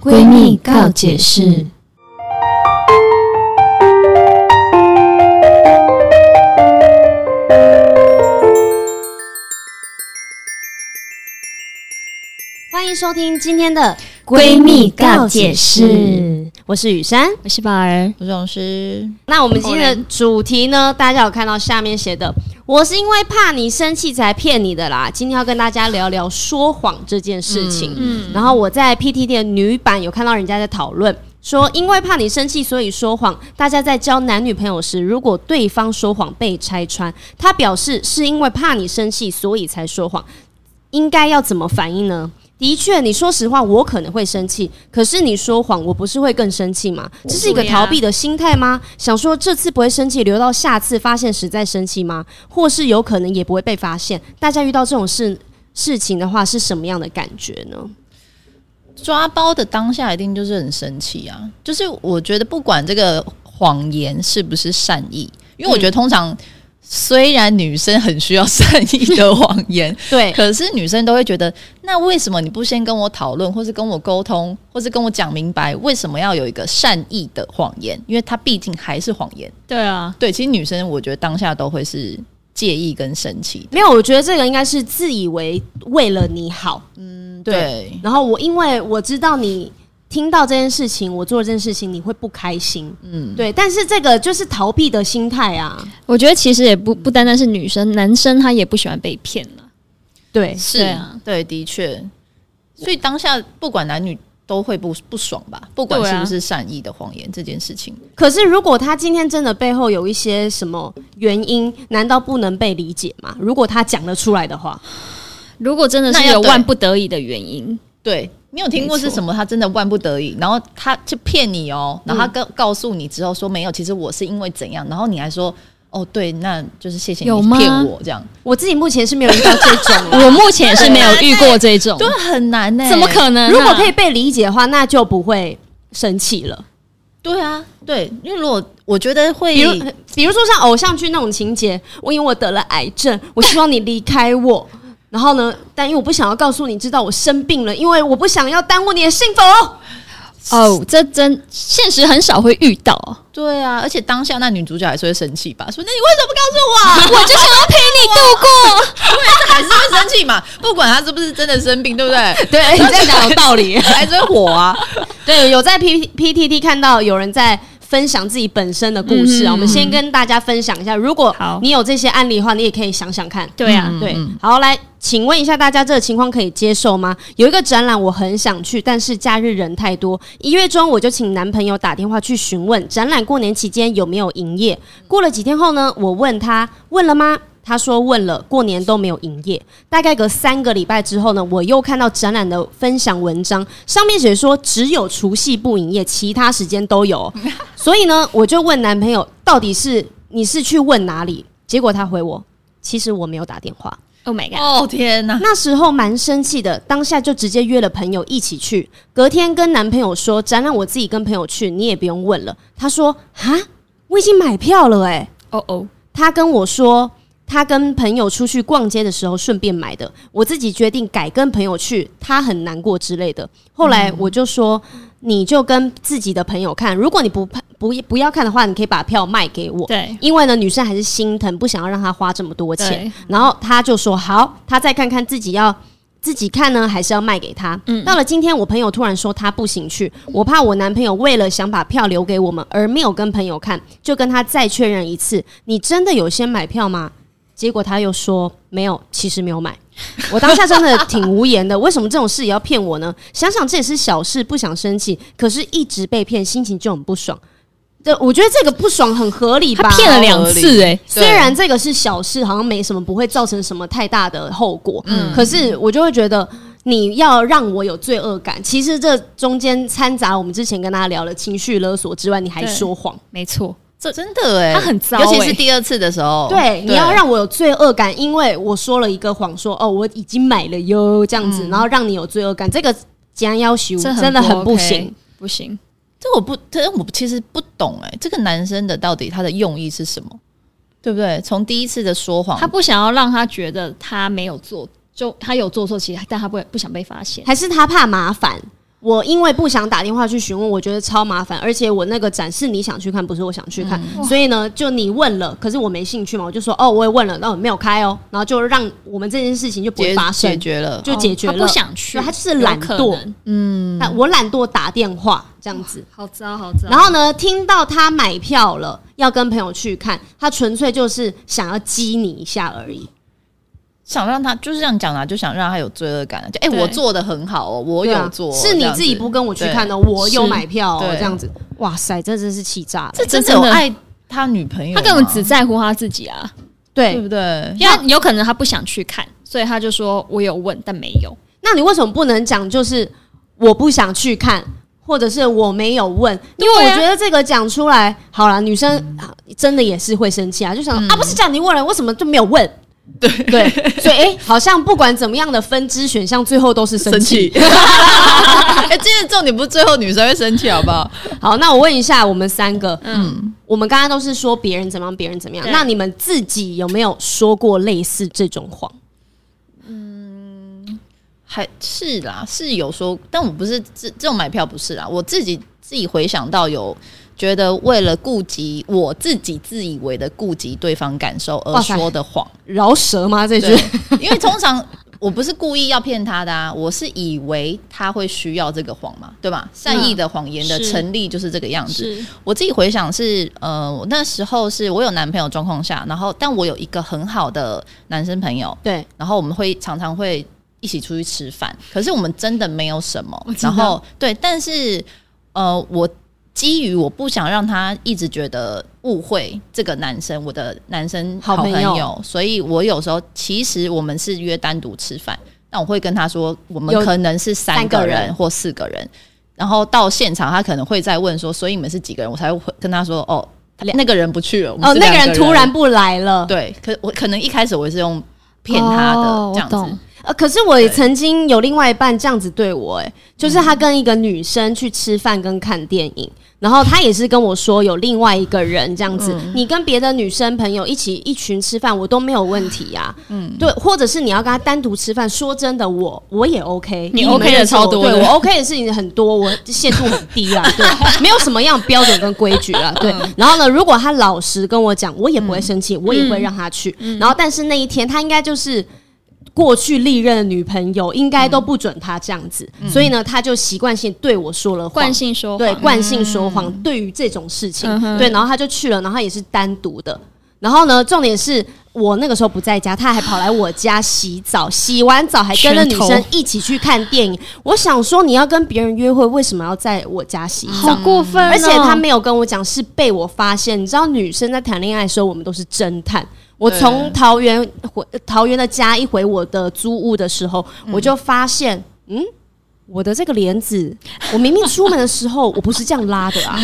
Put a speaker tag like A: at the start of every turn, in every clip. A: 闺蜜告解释。
B: 欢迎收听今天的
A: 闺蜜告解释，
B: 我是雨珊。
A: 我是宝儿，
C: 我总是
B: 那我们今天的主题呢？大家有看到下面写的，我是因为怕你生气才骗你的啦。今天要跟大家聊聊说谎这件事情。嗯，然后我在 PTT 的女版有看到人家在讨论。说，因为怕你生气，所以说谎。大家在交男女朋友时，如果对方说谎被拆穿，他表示是因为怕你生气，所以才说谎。应该要怎么反应呢？的确，你说实话，我可能会生气，可是你说谎，我不是会更生气吗？这是一个
C: 对啊
B: 逃避的心态吗？想说这次不会生气，留到下次发现时再生气吗？或是有可能也不会被发现？大家遇到这种事事情的话，是什么样的感觉呢？
C: 抓包的当下，一定就是很生气啊！就是我觉得不管这个谎言是不是善意，因为我觉得通常、虽然女生很需要善意的谎 言，
B: 对，
C: 可是女生都会觉得，那为什么你不先跟我讨论，或是跟我沟通，或是跟我讲明白，为什么要有一个善意的谎言？因为它毕竟还是谎言。
A: 对啊，
C: 对，其实女生我觉得当下都会是介意跟生气的。
B: 没有，我觉得这个应该是自以为为了你好，嗯，对。
C: 对
B: 然后我因为我知道你听到这件事情，我做这件事情你会不开心，嗯，对。但是这个就是逃避的心态啊，
A: 我觉得其实也不不单单是女生，男生他也不喜欢被骗了。
B: 对
C: 是
A: 对啊
C: 欸对，的确。所以当下不管男女都会不不爽吧，不管
A: 对啊
C: 是不是善意的谎言这件事情，
B: 可是如果他今天真的背后有一些什么原因，难道不能被理解吗？如果他讲得出来的话，
A: 如果真的是
C: 那要
A: 有
C: 对
A: 万不得已的原因，
C: 对你有听过
A: 没错
C: 是什么？他真的万不得已，然后他就骗你哦，然
A: 嗯
C: 后他告告诉你之后说没有，其实我是因为怎样，然后你还说哦对，那就是谢谢
A: 有
C: 你
A: 吗哦
C: 骗我这样，
B: 我自己目前是没有遇到这 种啦。
A: 我目前也是没有遇过这种，
C: 对，啊很难欸呢、
A: 怎么？可能啊？
B: 如果可以被理解的话，那就不会生气了。
C: 对啊，对，因为如果我觉得会
B: 比如，比如说像偶像剧那种情节，我因为我得了癌症，我希望你离开我。 然后呢？但因为我不想要告诉你知道我生病了，因为我不想要耽误你的幸福。
A: 哦，这真现实很少会遇 到啊，
C: 对啊，而且当下那女主角还是会生气吧？说那你为什么不告诉我？
A: 我就想要陪你度过。
C: 还是会生气嘛？不管他是不是真的生病，对不对？
B: 对，你在讲有道理。
C: 还是会火啊！
B: 对，有在 P P T T 看到有人在分享自己本身的故事啊。
A: 嗯
B: 我们先跟大家分享一下，如果
A: 好
B: 你有这些案例的话，你也可以想想看。
A: 对啊，
B: 对，好，来，请问一下大家，这个情况可以接受吗？有一个展览我很想去，但是假日人太多。一月中我就请男朋友打电话去询问展览过年期间有没有营业。过了几天后呢，我问他问了吗？他说问了，过年都没有营业。大概隔三个礼拜之后呢，我又看到展览的分享文章，上面写说只有除夕不营业，其他时间都有哦。所以呢，我就问男朋友到底是你是去问哪里？结果他回我，其实我没有打电话。
A: ，Oh my god，
C: 哦天 哪！
B: 那时候蛮生气的，当下就直接约了朋友一起去。隔天跟男朋友说，展览我自己跟朋友去，你也不用问了。他说：“哈，我已经买票了哎、
A: 哦哦，
B: 他跟我说，他跟朋友出去逛街的时候顺便买的，我自己决定改跟朋友去，他很难过之类的。后来我就说，你就跟自己的朋友看，如果你不怕不不要看的话，你可以把票卖给我。
A: 对
B: 因为呢，女生还是心疼，不想要让他花这么多钱
A: 对。
B: 然后他就说：“好，他再看看自己要自己看呢，还是要卖给他。
A: 嗯
B: 到了今天，我朋友突然说他不行去，我怕我男朋友为了想把票留给我们而没有跟朋友看，就跟他再确认一次：“你真的有先买票吗？”结果他又说没有，其实没有买。我当下真的挺无言的，为什么这种事也要骗我呢？想想这也是小事，不想生气，可是一直被骗，心情就很不爽。对，我觉得这个不爽很合理吧？
A: 他骗了两次哎、
B: 虽然这个是小事，好像没什么，不会造成什么太大的后果。嗯，可是我就会觉得你要让我有罪恶感，其实这中间掺杂我们之前跟大家聊了情绪勒索之外，你还
A: 对
B: 说谎，
A: 没错，
C: 这真的哎、
A: 他很糟
C: 尤其
A: 欸
C: 是第二次的时候，
B: 对，你要让我有罪恶感，因为我说了一个谎，说哦我已经买了哟这样子，然后让你有罪恶感，这个将要求
A: 这
B: 真的很不
A: OK，
B: 行。
A: 不行。
C: 这我不，这我其实不懂哎、这个男生的到底他的用意是什么，对不对？从第一次的说谎
A: 他，不想要让他觉得他没有做，就他有做错，其实但他不不想被发现。
B: 还是他怕麻烦。我因为不想打电话去询问，我觉得超麻烦，而且我那个展是你想去看，不是我想去看，所以呢，就你问了，可是我没兴趣嘛，我就说哦，我也问了，那我没有开哦，然后就让我们这件事情就不会
C: 解
B: 发
C: 解
B: 生，
C: 决了，
B: 就解决了。
A: 他不想去，
B: 对他就是懒惰
A: 有可能，
B: 啊，我懒惰打电话这样子。
A: 好糟好糟。
B: 然后呢，听到他买票了，要跟朋友去看，他纯粹就是想要激你一下而已。
C: 想让他就是这样讲啦，啊就想让他有罪恶感啊，就哎、
A: 对
C: 我做的很好哦，我
B: 对啊
C: 有做哦、
B: 是你
C: 这样子
B: 自己不跟我去看的，
C: 对
B: 我有买票、哦，
C: 是对
B: 这样子。哇塞，这真是气炸了。
C: 这真的有爱他女朋友吗，啊
A: 他根本只在乎他自己啊，
C: 对
B: 对，
C: 不对？
A: 因为有可能他不想去看，所以他就说我有问，但没有。
B: 那你为什么不能讲就是我不想去看？或者是我没有问，因为
A: 对
B: 我
A: 啊
B: 觉得这个讲出来，好了，女生、啊真的也是会生
C: 嗯
B: 气啊，就想、啊，不是讲你问了，为什么就没有问？对对，所以哎、好像不管怎么样的分支选项，最后都是生
C: 生
B: 气。
C: 气， 哎，今天重点不是最后女生会生气好不好？
B: 好，那我问一下我们三个，嗯，我们刚刚都是说别人怎么样，别人怎么样，
A: 对
B: 那你们自己有没有说过类似这种谎？
C: 还是啦，是有说，但我不是这这种买票不是啦，我自己自己回想到有觉得为了顾及我自己自以为的顾及对方感受
B: 哇
C: 而
B: 塞
C: 说的谎，
B: 饶舌吗？这句
C: 对，因为通常 我不是故意要骗他的啊，我是以为他会需要这个谎嘛，对吧？善意的谎言的
A: 是
C: 成立就是这个样子。我自己回想是，呃，我那时候是我有男朋友状况下，然后但我有一个很好的男生朋友，
B: 对，
C: 然后我们会常常会一起出去吃饭，可是我们真的没有什么
A: 我。知道
C: 然后对，但是呃，我基于我不想让他一直觉得误会这个男生，我的男生
B: 好
C: 好
B: 朋
C: 朋
B: 友
C: 友，所以我有时候其实我们是约单独吃饭，但我会跟他说，我们
B: 有
C: 可能是三
B: 三个
C: 个
B: 人
C: 人或四个人。然后到现场，他可能会再问说：“所以你们是几个人？”我才会跟他说：“哦，那个人不去了。我们
B: 哦，
C: 是
B: 那
C: 两个
B: 人突然不来了，
C: 对，可我可能一开始我也是用骗他的、
A: 哦
C: 这样
A: 我懂
C: 子，
B: 呃，可是我也曾经有另外一半这样子对我、欸，就是他跟一个女生去吃饭跟看电影，
A: 嗯
B: 然后他也是跟我说有另外一个人这样子，
A: 嗯
B: 你跟别的女生朋友一起一群吃饭，我都没有问题呀、嗯，对，或者是你要跟他单独吃饭，说真的我，我也 OK，
A: 你
B: 们
A: OK 的
B: 认识我
A: 超多的
B: 对我 OK 的事情很多，我限度很低 啦，对，没有什么样的标准跟规矩
A: 嗯
B: 啦，对。然后呢，如果他老实跟我讲，我也不会生气，我也
A: 嗯
B: 不会让他去。然后，但是那一天他应该就是。过去历任的女朋友应该都不准他这样子，所以呢，他就习惯性对我说了谎
A: 嗯惯，性说
B: 对
A: 谎，嗯
B: 惯性说谎。对于这种事情
A: 嗯，哼
B: 对，然后他就去了，然后他也是单独的。然后呢，重点是我那个时候不在家，他还跑来我家洗澡，洗完澡还跟着女
A: 拳
B: 生
A: 头
B: 一起去看电影。我想说，你要跟别人约会，为什么要在我家洗澡？
A: 好过分哦！
B: 而且他没有跟我讲，是被我发现。你知道，女生在谈恋爱的时候，我们都是侦探。我
C: 对
B: 从桃园回桃园的家一回我的租屋的时候，我就发现，嗯，我的这个帘子，我明明出门的时候我不是这样拉的啊，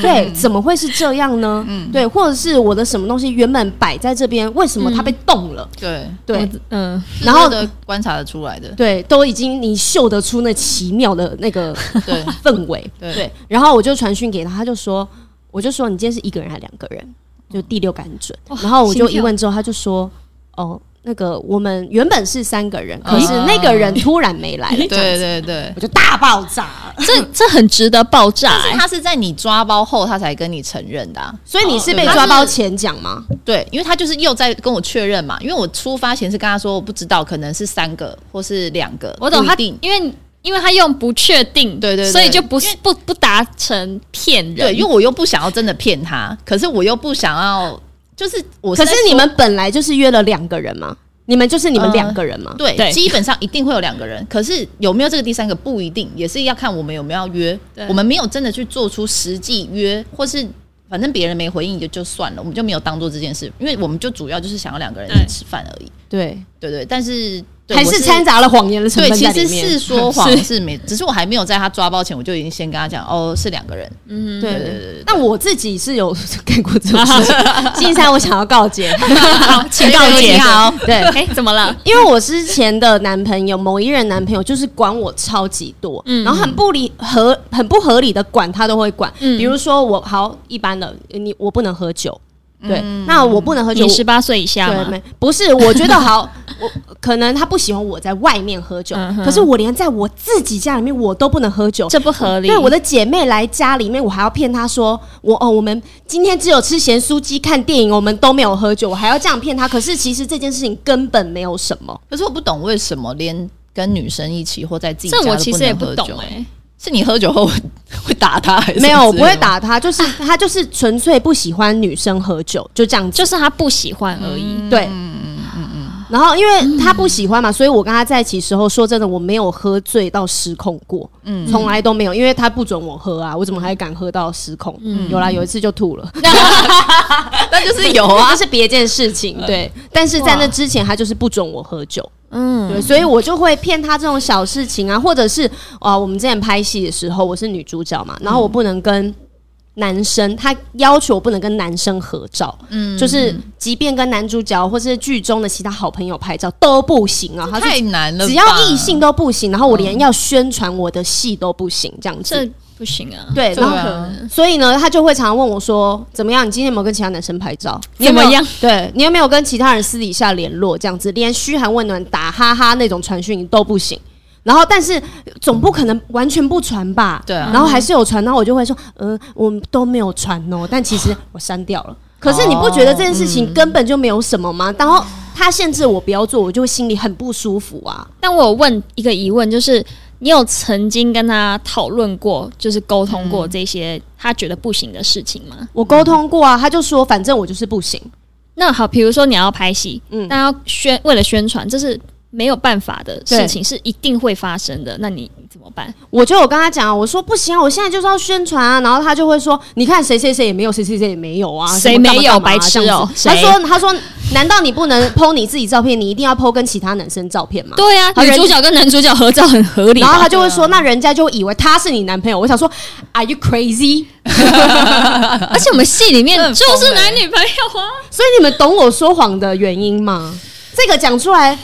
B: 对，怎么会是这样呢？对，或者是我的什么东西原本摆在这边，为什么它被动了？
C: 对，
B: 对，
A: 我，嗯，
B: 然后
C: 的观察得出来 的，
B: 对，都已经你嗅得出那奇妙的那个
C: 对
B: 氛围，
C: 对
B: 对，然后我就传讯给他，他就说，我就说你今天是一个人还是两个人？
C: 哦
B: 就第六感很准。
A: 哇
B: 然后我就
A: 心
B: 一
A: 跳
B: 问之后，他就说，哦，那个我们原本是三个人，
C: 嗯
B: 可是那个人突然没来了，
C: 对对对
B: 我就大爆炸了。
A: 这这很值得爆炸欸。
C: 他是在你抓包后，他才跟你承认的啊、
B: 所以你是
C: 哦
B: 被
C: 对
B: 抓
C: 他
B: 包
C: 是
B: 前讲吗？
C: 哦对，因为他就是又在跟我确认嘛，因为我出发前是跟他说我不知道，可能是三个或是两个，
A: 我懂
C: 不一
A: 他，
C: 定。
A: 因为因为他用不确定，
C: 对对对
A: 所以就不是不不达成骗人，
C: 对，因为我又不想要真的骗他，可是我又不想要，就是我
B: 可
C: 在
B: 是
C: 说
B: 你们本来就是约了两个人嘛，你们就是你们
C: 呃
B: 两个人嘛。
C: 对，
A: 对
C: 基本上一定会有两个人，可是有没有这个第三个不一定，也是要看我们有没有要约
A: 对。
C: 我们没有真的去做出实际约，或是反正别人没回应也就算了，我们就没有当做这件事，因为我们就主要就是想要两个人一起吃饭而已。
B: 对，
C: 对对，但是对
B: 还
C: 我
B: 是
C: 是
B: 掺杂了谎言的成
C: 对，
B: 分
C: 其
B: 在里
C: 实
B: 面。
C: 是说谎是没，只是我还没有在他抓包前，我就已经先跟他讲哦，是两个人。
A: 嗯，
B: 对
C: 对对
B: 对对。但我自己是有 干过这种事情。金山，我想要告 诫。
A: 好，请告
C: 对
A: 解
C: 你。好，
B: 对，
A: 哎，怎么了？
B: 因为我之前的男朋友，某一任男朋友就是管我超级多，
A: 嗯
B: 然后很不理合、很不合理的管他都会管。
A: 嗯
B: 比如说我好一般的，你我不能喝酒，对，那我不能喝酒
A: 嗯你，十八岁以下
B: 对，
A: 嘛，
B: 没不是，我觉得好，我可能他不喜欢我在外面喝酒，
A: 嗯哼
B: 可是我连在我自己家里面我都不能喝酒。
A: 这不合理。
B: 对我的姐妹来家里面，我还要骗她说我哦，我们今天只有吃咸酥鸡、看电影，我们都没有喝酒，我还要这样骗她。可是其实这件事情根本没有什么，
C: 可是我不懂为什么连跟女生一起或在自己家
A: 这我
C: 都
A: 其
C: 不
A: 实也
C: 能
A: 不
C: 喝
A: 懂
C: 酒
A: 哎、
C: 是你喝酒后会会打他 还是
B: 没有，
C: 什
B: 我
C: 么之类的
B: 不会打她，就是 她就是纯粹不喜欢女生喝酒，就这样子。
A: 就是他不喜欢而已。
C: 嗯
B: 对，然后因为他不喜欢嘛，所以我跟他在一起时候，说真的，我没有喝醉到失控过，嗯，从来都没有，因为他不准我喝啊，我怎么还敢喝到失控？有啦，有一次就吐了，
C: 嗯 那就是有啊，嗯
B: 那是别件事情，对。但是在那之前，他就是不准我喝酒，
A: 嗯，
B: 对，所以我就会骗他这种小事情啊，或者是啊、呃我们之前拍戏的时候，我是女主角
C: 嗯
B: 嘛，然后我不能跟。男生他要求我不能跟男生合照，嗯，就是即便跟男主角或是剧中的其他好朋友拍照都不行啊，他是
C: 太难了吧，
B: 只要异性都不行，然后我连要宣传我的戏都不行，这样子。
A: 这不行啊。
B: 对，
C: 对
B: 然后、
C: 啊，
B: 所以呢，他就会常常问我说：“怎么样？你今天有没有跟其他男生拍照？你有没有
A: 怎么样？
B: 对你有没有跟其他人私底下联络？这样子，连嘘寒问暖、打哈哈那种传讯都不行。然后，但是总不可能完全不传吧？
C: 对啊
B: 然后还是有传，然后我就会说：“嗯、我都没有传哦。”但其实我删掉
C: 哦
B: 了。可是你不觉得这件事
C: 嗯
B: 情根本就没有什么吗？然后他限制我不要做，我就会心里很不舒服啊。
A: 但我有问一个疑问，就是你有曾经跟他讨论过，就是沟通过这些他觉得不行的事情吗？
B: 我沟通过啊，他就说反正我就是不行。
A: 那好，比如说你要拍戏，
B: 嗯
A: 那要宣为了宣传，这是没有办法的
B: 对
A: 事情，是一定会发生的。那你怎么办？
B: 我就有跟他讲啊，我说不行啊，我现在就是要宣传啊，然后他就会说，你看谁谁谁也没有，谁谁谁也没有啊，
A: 谁
B: 什么干嘛
A: 没有
B: 干嘛啊
A: 白痴
B: 这样
A: 哦
B: 子
A: 谁
B: 他说他说，难道你不能 PO 你自己照片，你一定要 PO 跟其他男生照片吗？
A: 对啊呀、
B: 好
A: 女
B: 人
A: 主角跟男主角合照很合理吧。
B: 然后他就会说，那人家就以为他是你男朋友。我想说，Are you crazy？
A: 而且我们戏 里面
C: 这很疯
A: 就是
C: 欸
A: 男女朋友啊，
B: 所以你们懂我说谎的原因吗？这个讲出来，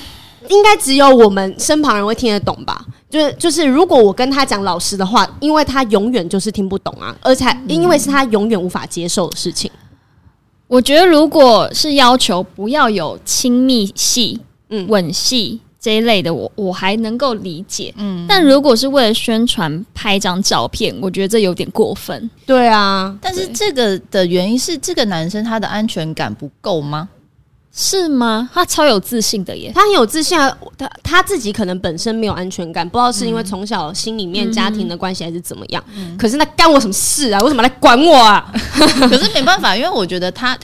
B: 应该只有我们身旁人会听得懂吧？就是就是，如果我跟他讲老实的话，因为他永远就是听不懂啊，而且因为是他永远无法接受的事情。
A: 我觉得如果是要求不要有亲密戏、
B: 嗯
A: 吻戏这一类的，我我还能够理解。嗯，但如果是为了宣传拍一张照片，我觉得这有点过分。
B: 对啊，
C: 但是这个的原因是这个男生他的安全感不够 吗？
A: 是吗？他超有自信的耶。
B: 他很有自信啊，他他自己可能本身没有安全感，不知道是因为从小心里面家庭的关系还是怎么样。可是那干我什么事啊？为什么来管我啊？
C: 可是没办法，因为我觉得他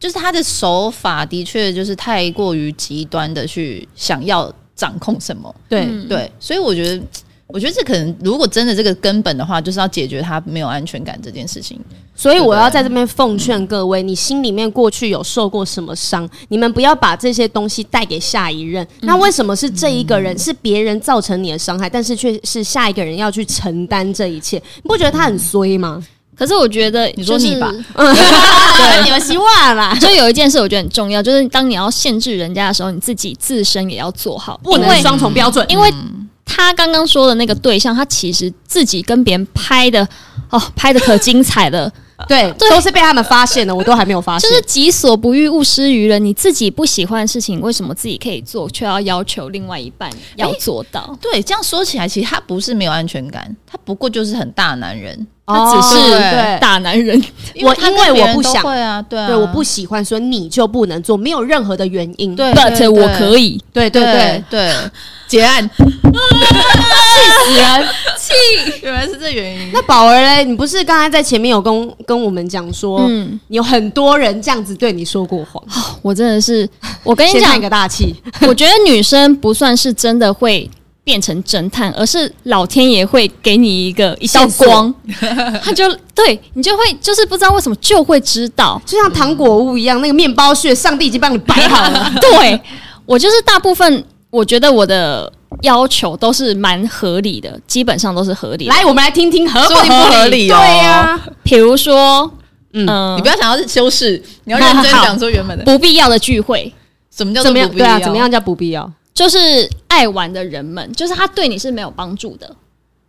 C: 就是他的手法的确就是太过于极端的去想要掌控什么，
B: 对，
C: 对，所以我觉得。我觉得这可能，如果真的这个根本的话，就是要解决他没有安全感这件事情。
B: 所以我要在这边奉劝各位，你心里面过去有受过什么伤，你们不要把这些东西带给下一任。
A: 嗯
B: 那为什么是这一个人，是别人造成你的伤害，但是却是下一个人要去承担这一切？你不觉得他很衰吗？
A: 可是我觉得、
C: 你说你吧，
A: 嗯
B: 对，你们希望啦。
A: 就有一件事我觉得很重要，就是当你要限制人家的时候，你自己自身也要做好，
B: 不
A: 因
B: 能
A: 为
B: 双重标准，
A: 因为他刚刚说的那个对象，他其实自己跟别人拍的哦，拍的可精彩了，
B: 对，都是被他们发现的，我都还没有发现。
A: 就是己所不欲，勿施于人。你自己不喜欢的事情，为什么自己可以做，却要要求另外一半要做到？
C: 对，这样说起来，其实他不是没有安全感，他不过就是很大男人。
A: 他只是
C: 哦
B: 对
A: 大男人，
C: 因为
B: 我
C: 他
B: 因
C: 跟
B: 为
C: 别
B: 我
C: 人
B: 不
C: 都
B: 想
C: 会啊，对啊，
B: 对，我不喜欢，所以你就不能做，没有任何的原因。
C: 对
A: but 我可
C: 以，
A: 以。
B: 对对
C: 对
B: 对，啊
C: 对，结案。
B: 死 人！
C: 原来是这原因。
B: 那宝儿嘞，你不是刚才在前面有跟跟我们讲说，
A: 嗯，
B: 有很多人这样子对你说过谎，
A: 我真的是，我跟 你
B: 先
A: 讲
B: 叹，个大气。
A: 我觉得女生不算是真的会变成侦探，而是老天爷会给你一个一道
B: 线索
A: 光，他就对你就会就是不知道为什么就会知道。
B: 就像糖果屋一样，那个面包屑，上帝已经帮你摆好 了。
A: 对我就是大部分，我觉得我的要求都是蛮合理的，基本上都是合理的。
B: 来，我们来听听合不合理？
C: 说不合理哦
B: 对呀、
A: 比如说，
B: 嗯
A: 啊嗯、
C: 你不要想要修饰，你要认真讲说原本的
A: 不必要的聚会，
C: 什么叫
B: 怎
C: 做
B: 么样？
C: 不必
B: 对
C: 要，
B: 啊，怎么样叫不必要？
A: 就是爱玩的人们，就是他对你是没有帮助的。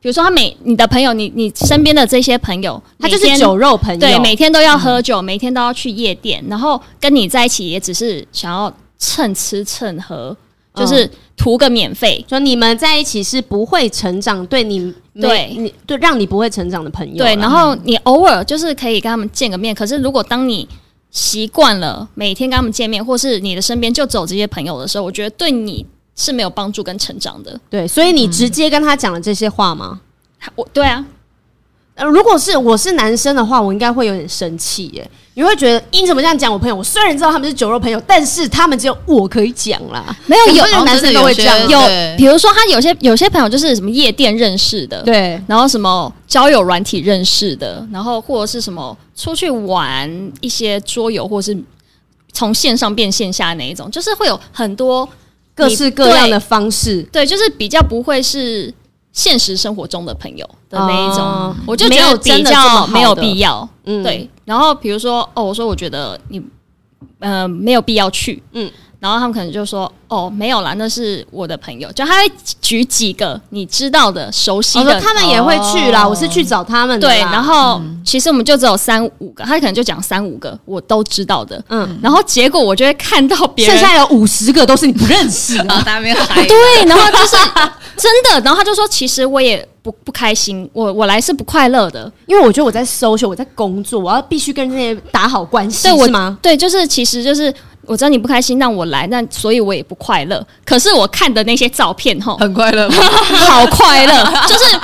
A: 比如说他每你的朋友，你你身边的这些朋友，
B: 他就
A: 每
B: 是
A: 天
B: 酒肉朋友，嗯
A: 对，每天都要喝酒，每天都要去夜店，然后跟你在一起也只是想要蹭吃蹭喝，就是图个免费。
B: 说你们在一起是不会成长，对你没
A: 对
B: 你对让你不会成长的朋友啊啦，
A: 对，然后你偶尔就是可以跟他们见个面，可是如果当你习惯了每天跟他们见面，或是你的身边就走这些朋友的时候，我觉得对你是没有帮助跟成长的。
B: 对，所以你直接跟他讲了这些话吗？
A: 我对啊，
B: 呃，如果是我是男生的话，我应该会有点生气耶，你会觉得因什么这样讲我朋友？我虽然知道他们是酒肉朋友，但是他们只有我可以讲啦。
A: 没 有有
B: 可是男生都会这样
C: 好像真的
A: 有
C: 有些，
A: 比如说他有些有些朋友就是什么夜店认识的，
B: 对，
A: 然后什么交友软体认识的，然后或者是什么出去玩一些桌游，或是从线上变线下那一种，就是会有很多
B: 各
A: 你
B: 式各样的方式。
A: 对，就是比较不会是现实生活中的朋友的那一种，
B: 哦
A: 我就
B: 没
A: 觉
B: 有
A: 得
B: 真
A: 比
B: 的这么
A: 较
B: 好
A: 没有
B: 的
A: 必要。
B: 嗯，
A: 对，然后比如说哦，我说我觉得你呃没有必要去，
B: 嗯
A: 嗯，然后他们可能就说哦没有啦，那是我的朋友，就他会举几个你知道的、熟悉
B: 我
A: 的，
B: 哦说他们也会去啦，
C: 哦
B: 我是去找他们的啦。嗯
A: 对，然后、其实我们就只有三五个，他可能就讲三五个我都知道的，
B: 嗯，
A: 然后结果我就会看到别
B: 剩
A: 人。
B: 下有五十个都是你不认识 的。
C: 好，啊大家没有嗨。
A: 对，然后就是真的，然后他就说，其实我也不不开心，我我来是不快乐的，
B: 因为我觉得我在 social，我在工作，我要必须跟这些打好关系，
A: 对我
B: 是吗？
A: 对，就是其实就是我知道你不开心，让我来，那所以我也不快乐。可是我看的那些照 片吼，
C: 很快乐吗？
A: 好快乐，就是、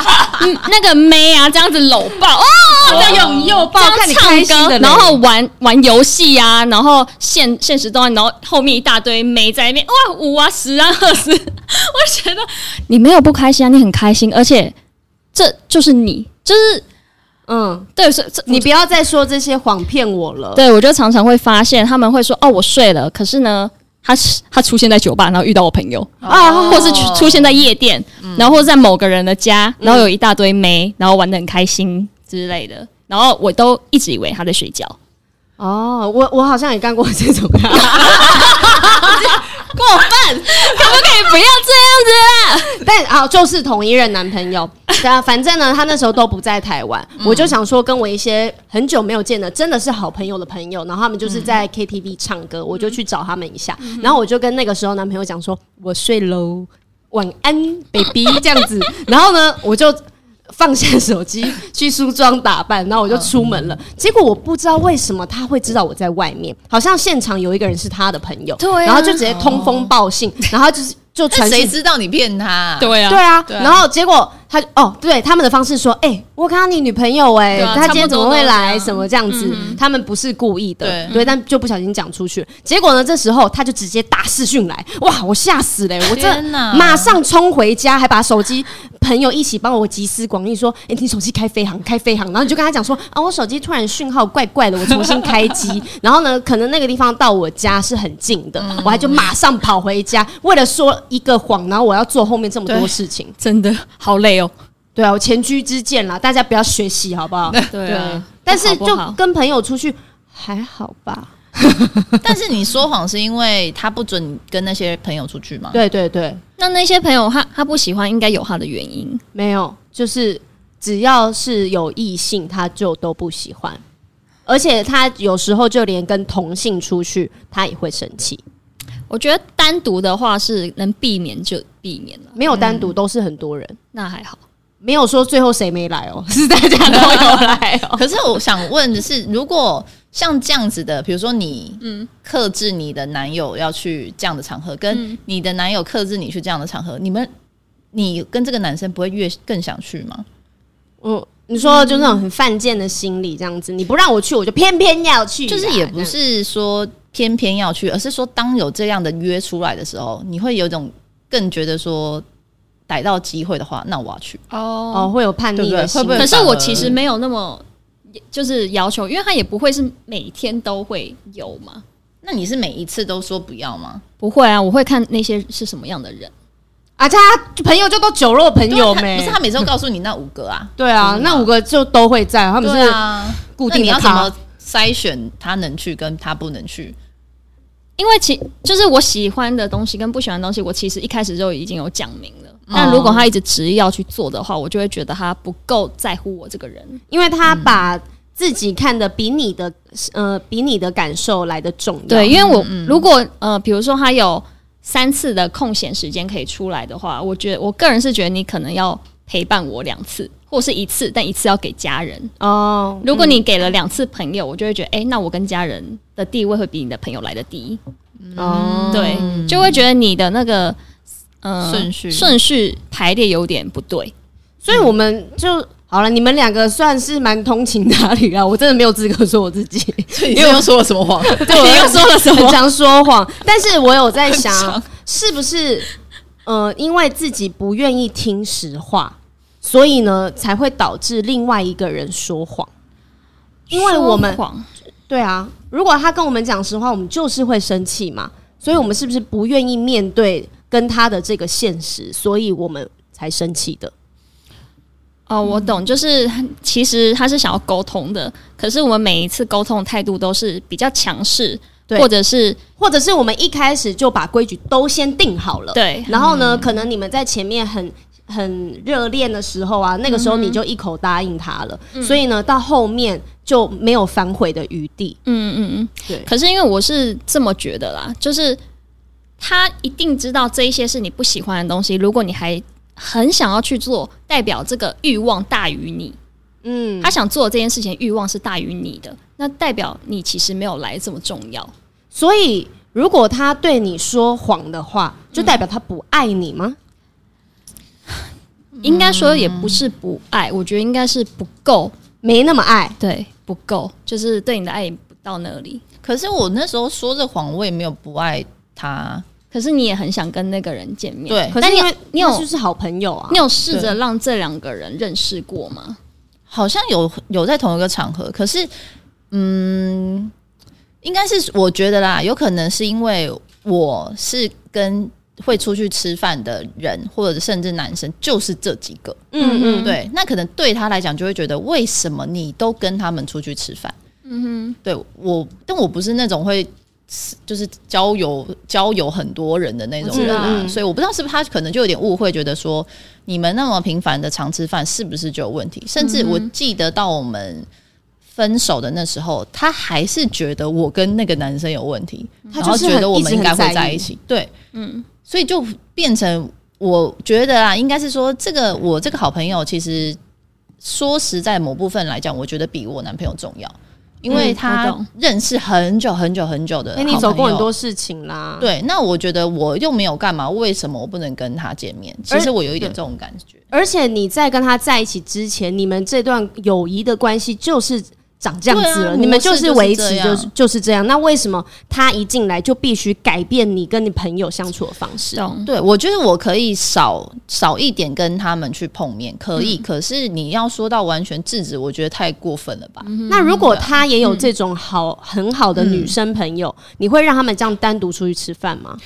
A: 嗯、那个妹啊这样子搂抱哦，这样
B: 用右
C: 啊
A: 这样
B: 看你
A: 唱
B: 开心
A: 歌
B: 的嘞，
A: 然后玩玩游戏啊，然后现现实动态，然后后面一大堆妹在那边哇五啊十啊二十，我 觉得你没有不开心啊，你很开心，而且这就是你，就是
B: 嗯，
A: 对，是这
B: 你不要再说这些谎骗我了。
A: 对，我就常常会发现他们会说：“哦，我睡了。”可是呢，他是他出现在酒吧，然后遇到我朋友
B: 啊
A: 啊，或是出出现在夜店，然后或者在某个人的家，然后有一大堆妹，然后玩的很开心之类的。然后我都一直以为他在睡觉，
B: 哦，我我好像也干过这种啊，
A: 过分，可不可以哎不要这样子啦？
B: 但啊，就是同一任男朋友。对啊，反正呢，他那时候都不在台湾，
A: 嗯
B: 我就想说跟我一些很久没有见的，真的是好朋友的朋友，然后他们就是在
A: 嗯
B: KTV 唱歌，我就去找他们一下，然后我就跟那个时候男朋友讲说，我睡喽，晚安，baby 这样子，然后呢，我就。放下手机，去梳妆打扮，然后我就出门
A: 嗯
B: 了。结果我不知道为什么他会知道我在外面，好像现场有一个人是他的朋友，
A: 对啊
B: 然后就直接通风报信，然后就是就
C: 那
B: 传
C: 谁
B: 讯
C: 知道你骗他啊？
A: 对
B: 对啊，
C: 对啊
B: 然后结果他哦，对他们的方式说，哎、我看到你女朋友哎、
C: 对啊
B: 她今天怎么会来？
C: 差不多都是这样嗯
B: 什么这样子？他们不是故意的，
C: 对
B: 但就不小心讲出去。结果呢，这时候他就直接打视讯来，哇，我吓死了、我真
C: 天哪
B: 马上冲回家，还把手机朋友一起帮我集思广益，说，哎、你手机开飞行，开飞行，然后你就跟他讲说，啊，我手机突然讯号怪怪的，我重新开 机。然后呢，可能那个地方到我家是很近的，我还就马上跑回家，为了说一个谎，然后我要做后面这么多
C: 对
B: 事情。
A: 真的好累哦。
B: 对啊，我前车之鉴啦，大家不要学习好不好？
A: 对啊，
B: 但是
A: 不好
B: 就
A: 不好
B: 跟朋友出去还好吧？
C: 但是你说谎是因为他不准你跟那些朋友出去吗？
B: 对对对，
A: 那那些朋友他他不喜欢，应该有他的原因。
B: 没有，就是只要是有异性，他就都不喜欢，而且他有时候就连跟同性出去，他也会生气。
C: 嗯
A: 我觉得单独的话是能避免就避免了，
B: 没有单独，都是很多人，
A: 那还 好。
B: 没有说最后谁没来哦，是大家都 有来哦。
C: 可是我想问的是，如果像这样子的，比如说你
B: 嗯
C: 克制你的男友要去这样的场合，跟你的男友克制你去这样的场合，你们你跟这个男生不会越更想去吗？
B: 嗯，你说就那种很犯贱的心理，这样子，你不让我去，我就偏偏要去啊，
C: 就是也不
B: 这样
C: 是说偏偏要去，而是说当有这样的约出来的时候，你会有一种更觉得说逮到机会的话，那我要去。
A: 哦
B: 哦，会有叛逆
C: 对不对
B: 的心理，
C: 会不
A: 可
C: 会
A: 是我其实没有那么，就是要求，因为他也不会是每天都会有嘛。
C: 那你是每一次都说不要吗？
A: 不会啊，我会看那些是什么样的人。
B: 啊，他朋友就都酒肉朋友
C: 对啊
B: 没？
C: 他不是他每次都告诉你那五个啊，
B: 对啊，那五个 就都会在，他们
C: 对
B: 是
C: 啊，
B: 固
C: 那
B: 定
C: 你
B: 的
C: 要怎
B: 咖
C: 么。筛选他能去跟他不能去？
A: 因为其就是我喜欢的东西跟不喜欢的东西，我其实一开始就已经有讲明了。但如果他一直执意要去做的话，我就会觉得他不够在乎我这个人。
B: 因为他把自己看的比你的呃比你的感受来的重要。
A: 对，，因为我如果呃，比如说他有三次的空闲时间可以出来的话，我觉得我个人是觉得你可能要陪伴我两次或是一次，但一次要给家人。
B: 哦，
A: 如果你给了两次朋友，我就会觉得，哎、那我跟家人的地位会比你的朋友来的低，
B: 哦，
A: 对，就会觉得你的那个呃
C: 顺序
A: 顺序排列有点不对。
B: 所以我们就好了。你们两个算是蛮通情达理啊，我真的没有资格说我自 己，
C: 你又说了什么谎？
B: 对我
A: 又说了什
B: 很？常说谎。但是我有在
C: 很
B: 想
C: 常，
B: 是不是呃，因为自己不愿意听实话，所以呢才会导致另外一个人说谎。因为我们
A: 说谎
B: 对啊，如果他跟我们讲实话，我们就是会生气嘛。所以我们是不是不愿意面对跟他的这个现实，所以我们才生气的？
A: 哦，我懂，就是其实他是想要沟通的，可是我们每一次沟通的态度都是比较强势，
B: 对
A: 或者是
B: 或者是我们一开始就把规矩都先定好了，
A: 对
B: 然后呢，可能你们在前面很很热恋的时候啊，那个时候你就一口答应他了，
A: 嗯
B: 所以呢，到后面就没有反悔的余地。
A: 嗯嗯嗯，
B: 对
A: 可是因为我是这么觉得啦，就是他一定知道这一些是你不喜欢的东西，如果你还很想要去做，代表这个欲望大于你，
B: 嗯，
A: 他想做这件事情欲望是大于你的，那代表你其实没有来这么重要。
B: 所以如果他对你说谎的话，就代表他不爱你
A: 嗯
B: 吗？
A: 应该说也不是不爱，我觉得应该是不够，
B: 没那么爱，
A: 对，不够，就是对你的爱也不到那里。
C: 可是我那时候说这谎，我也没有不爱他。
A: 可是你也很想跟那个人见面，
C: 对，
B: 可
A: 但
B: 是
A: 你
B: 因为
A: 你有
B: 他就是好朋友啊
A: 你，有试着让这两个人认识过吗？
C: 好像有有在同一个场合，可是，嗯，应该是我觉得啦，有可能是因为我是跟会出去吃饭的人，或者甚至男生，就是这几个。
A: 嗯嗯
C: 对，那可能对他来讲就会觉得，为什么你都跟他们出去吃饭？嗯哼，对我，但我不是那种会就是交友交友很多人的那种人
A: 我知
C: 啊，
B: 道
C: 所以我不知道是不是他可能就有点误会，觉得说你们那么频繁的常吃饭是不是就有问题？甚至我记得到我们。分手的那时候，他还是觉得我跟那个男生有问题，
B: 他
C: 然
B: 就
C: 后
B: 是
C: 觉
B: 很
C: 得我
B: 一
C: 们
B: 直
C: 应该
B: 很
C: 会
B: 在
C: 在
B: 意
C: 一起。对，嗯，所以就变成我觉得啊，应该是说这个我这个好朋友，其实说实在某部分来讲，我觉得比我男朋友重要，因为
A: 嗯我
C: 他
A: 懂
C: 认识很久很久很久的好
B: 哎，
C: 朋友，
B: 你走过很多事情啦，，
C: 对，那我觉得我又没有干嘛，为什么我不能跟他见面？其实我有一点这种感觉。
B: 而且你在跟他在一起之前，你们这段友谊的关系就是长这样子
C: 对
B: 了，
C: 啊
B: 你们就
C: 模式就是是
B: 维持
C: 这样
B: 就是就是这样。那为什么他一进来就必须改变你跟你朋友相处的方式？
A: 懂。
C: 对，我觉得我可以少少一点跟他们去碰面，可
A: 嗯
C: 以。可是你要说到完全制止，我觉得太过分了
A: 嗯
C: 吧？
B: 那如
C: 嗯
B: 果
C: 啊
B: 他也有这种好很好的女生朋友，你会让他们这样单独出去吃饭吗？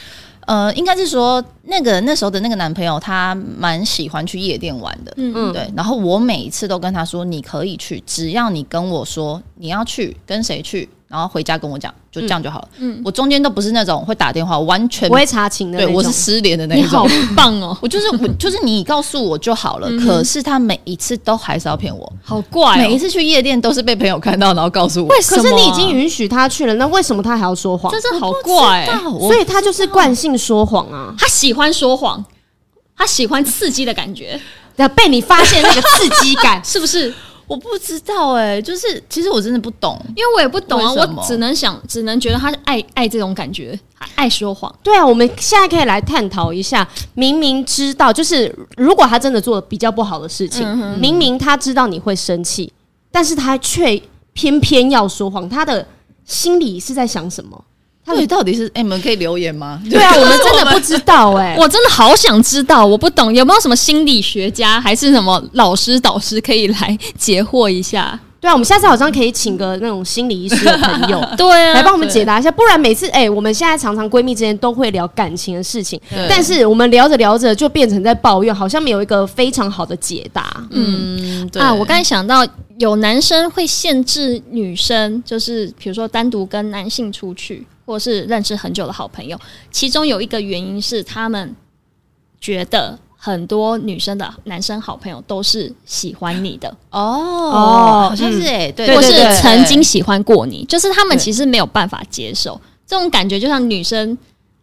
C: 呃，应该是说那个那时候的那个男朋友，他蛮喜欢去夜店玩的，
A: 嗯
B: 嗯
C: 对。然后我每一次都跟他说，你可以去，只要你跟我说你要去，跟谁去，然后回家跟我讲，就这样就好了。
A: 嗯
C: 我中间都不是那种会打电话，完全
B: 不会查情的那
C: 对
B: 种。
C: 我是失联的那
A: 你
C: 一
A: 好
C: 种。
A: 棒哦，
C: 我就是我就是你告诉我就好
A: 嗯
C: 了，可是他每一次都还是要骗我，
A: 好怪、哦
C: 每一次去夜店都是被朋友看到，然后告诉我。
B: 可是你已经允许他去了，那为什么他还要说谎
A: 啊这？是好怪、
C: 啊我
B: 所以他就是惯性说谎啊！
A: 他喜欢说谎，他喜欢刺激的感觉，，
B: 那被你发现那个刺激感
A: 是不是？
C: 我不知道哎、就是其实我真的不懂，
A: 因为我也不懂啊，
C: 为什么
A: 我只能想，只能觉得他是爱爱这种感觉，爱说谎。
B: 对啊，我们现在可以来探讨一下，明明知道，就是如果他真的做了比较不好的事情，明明他知道你会生气，但是他却偏偏要说谎，他的心里是在想什么？他
C: 到底到底是哎、你们可以留言吗？
B: 对啊， 我们真的不知道哎、
A: 我真的好想知道，我不懂有没有什么心理学家还是什么老师导师可以来解惑一下？
B: 对啊，我们下次好像可以请个那种心理医师的朋友
A: 对
C: 啊
A: 啊
B: 来帮我们解答一下，不然每次哎、我们现在常常闺蜜之间都会聊感情的事情，
C: 对
B: 但是我们聊着聊着就变成在抱怨，好像没有一个非常好的解答。
C: 嗯，对
A: 啊！我刚才想到，有男生会限制女生，就是比如说单独跟男性出去，或是认识很久的好朋友，其中有一个原因是他们觉得很多女生的男生好朋友都是喜欢你的，
C: 哦
A: 哦
C: 好像是哎、对，
B: 对
A: 或
C: 对
A: 是
C: 对对
A: 曾经喜欢过你，就是他们
B: 对
A: 其实没有办法接受这种感觉，就像女生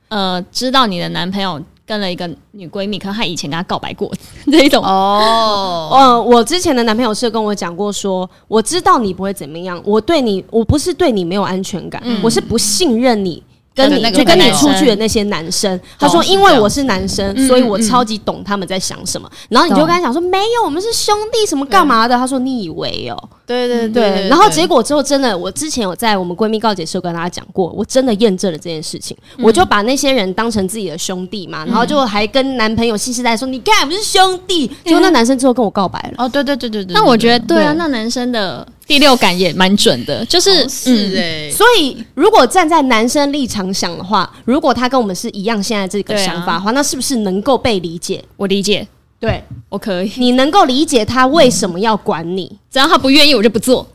A: 呃知道你的男朋友跟了一个女闺蜜，可能她以前跟他告白过 这一种，
C: 哦，
B: 嗯、我之前的男朋友是跟我讲过说，我知道你不会怎么样，我对你，我不是对你没有安全感，我是不信任你。跟你
C: 嗯那个
B: 就跟你
C: 男
B: 出
A: 生
B: 去的那些男生，他说
C: 是这
B: 因
C: 样
B: 为我是男生，
A: 嗯
B: 所以我超级懂他们在想什么。然后你就
A: 懂
B: 跟他讲说没有，我们是兄弟，什么干嘛的？他说你以为哦、
C: 对对对
B: 对，然后结果之后真的，我之前有在我们闺蜜告解室有跟大家讲过，我真的验证了这件事情，我就把那些人当成自己的兄弟嘛，然后就还跟男朋友信誓旦旦说，你看不是兄弟，结果那男生之后跟我告白了。
C: 哦，对对对对对，
A: 那我觉得对啊，
B: 对
A: 那男生的第六感也蛮准的，就是是
C: 是
A: 嗯
C: 哎、
B: 所以，如果站在男生立场想的话，如果他跟我们是一样现在这个想法的话，那是不是能够被理解？
A: 我理解，
B: 啊对
A: 我可以，
B: 你能够理解他为什么要管你？
A: 只要他不愿意，我就不做。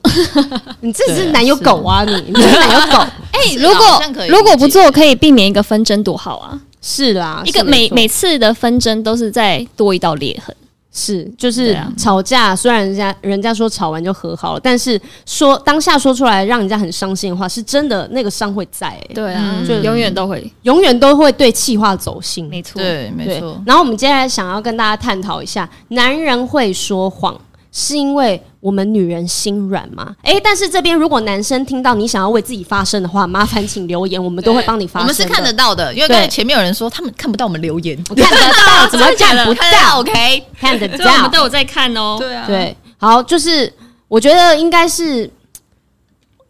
B: 你这
C: 对
B: 是
C: 啊
B: 男友
C: 是
B: 狗嗯啊！你你是男友狗
A: 哎、
C: 是啊
A: 如
C: 好
A: 果
C: 像可以理解
A: 如果不做，可以避免一个纷争，多好啊！
B: 是啦，
A: 一
B: 是
A: 个
B: 没
A: 每
B: 错
A: 每次的纷争都是在多一道裂痕，
B: 是，就
A: 对
B: 是
A: 啊
B: 吵架，虽然人家人家说吵完就和好了，但是说当下说出来让人家很伤心的话，是真的那个伤会在、欸，
A: 对啊，
C: 就
A: 永远都会，
B: 永远都会对气话走心。
A: 没错，
C: 对，没
B: 对
C: 错，
B: 然后我们接下来想要跟大家探讨一下，男人会说谎是因为我们女人心软吗？诶，但是这边如果男生听到你想要为自己发声的话，麻烦请留言，我们都会帮你发
C: 我
B: 声。
C: 们是看得。到的，因为
B: 对
C: 刚才前面有人说他们看不到我们留言，
B: 看得到，怎么
A: 真
B: 看
A: 的假的
B: 不
C: 看得
B: 到？
C: OK，
B: 看得
A: 所以我
B: 到
A: 们，都有在看哦。
C: 对啊，
B: 对，好，就是我觉得应该是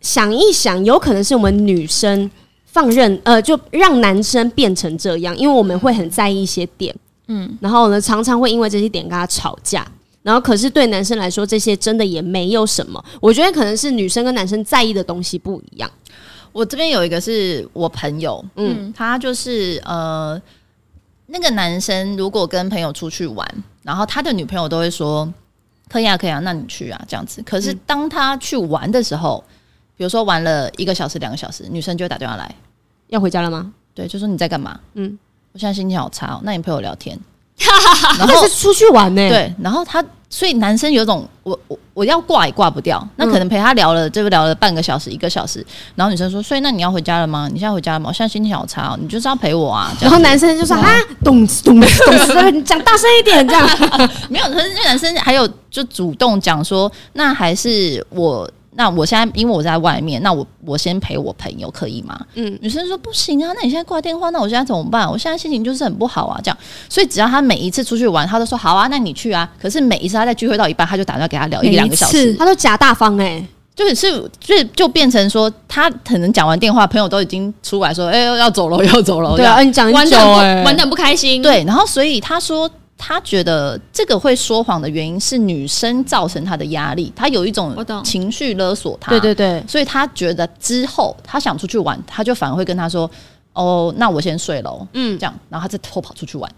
B: 想一想，有可能是我们女生放任，呃，就让男生变成这样，因为我们会很在意一些点，嗯，然后呢，常常会因为这些点跟他吵架。然后，可是对男生来说，这些真的也没有什么。我觉得可能是女生跟男生在意的东西不一样。
C: 我这边有一个是我朋友，
A: 嗯
C: 嗯，他就是呃，那个男生如果跟朋友出去玩，然后他的女朋友都会说可以啊，可以啊，那你去啊，这样子。可是当他去玩的时候，比如说玩了一个小时、两个小时，女生就会打电话来，
B: 要回家了吗？
C: 对，就说你在干嘛？
B: 嗯
C: 嗯，我现在心情好差哦，那你陪我聊天。
B: 那
C: 然后
B: 是出去玩
A: 嗯
B: 呢、，
C: 啊对，然后他，所以男生有种我我我要挂也挂不掉，那可能陪他聊了，这个聊了半个小时一个小时，然后女生说，所以那你要回家了吗？你现在回家了吗？我现在心情好差哦，你就是要陪我 啊，这
B: 然
C: 样
B: 后男生就说啊，懂懂懂 事，你讲大声一点，这样。
C: 没有，可是那男生还有就主动讲说，那还是我。那我现在因为我在外面，那我我先陪我朋友可以吗？
B: 嗯
C: 嗯，女生说不行啊，那你现在挂电话，那我现在怎么办？我现在心情就是很不好啊，这样。所以只要他每一次出去玩，他都说好啊，那你去啊。可是每一次他在聚会到一半，他就打算给他聊一个两个小
A: 每一
C: 时
A: 次，
B: 他都假大方哎、
C: 就是是就就变成说，他可能讲完电话，朋友都已经出来说，哎、要走了， 要走了，
B: 对
C: 这样
B: 啊，你讲
A: 玩
B: 很久
A: 的
B: 哎、欸，
A: 玩的不开心，，
C: 对。然后所以他说，他觉得这个会说谎的原因是女生造成他的压力，他有一种
A: 我懂
C: 情绪勒索他，
B: 对对对，
C: 所以他觉得之后他想出去玩，他就反而会跟他说，哦，那我先睡喽，
B: 嗯
C: 这，样，然后他再偷跑出去玩。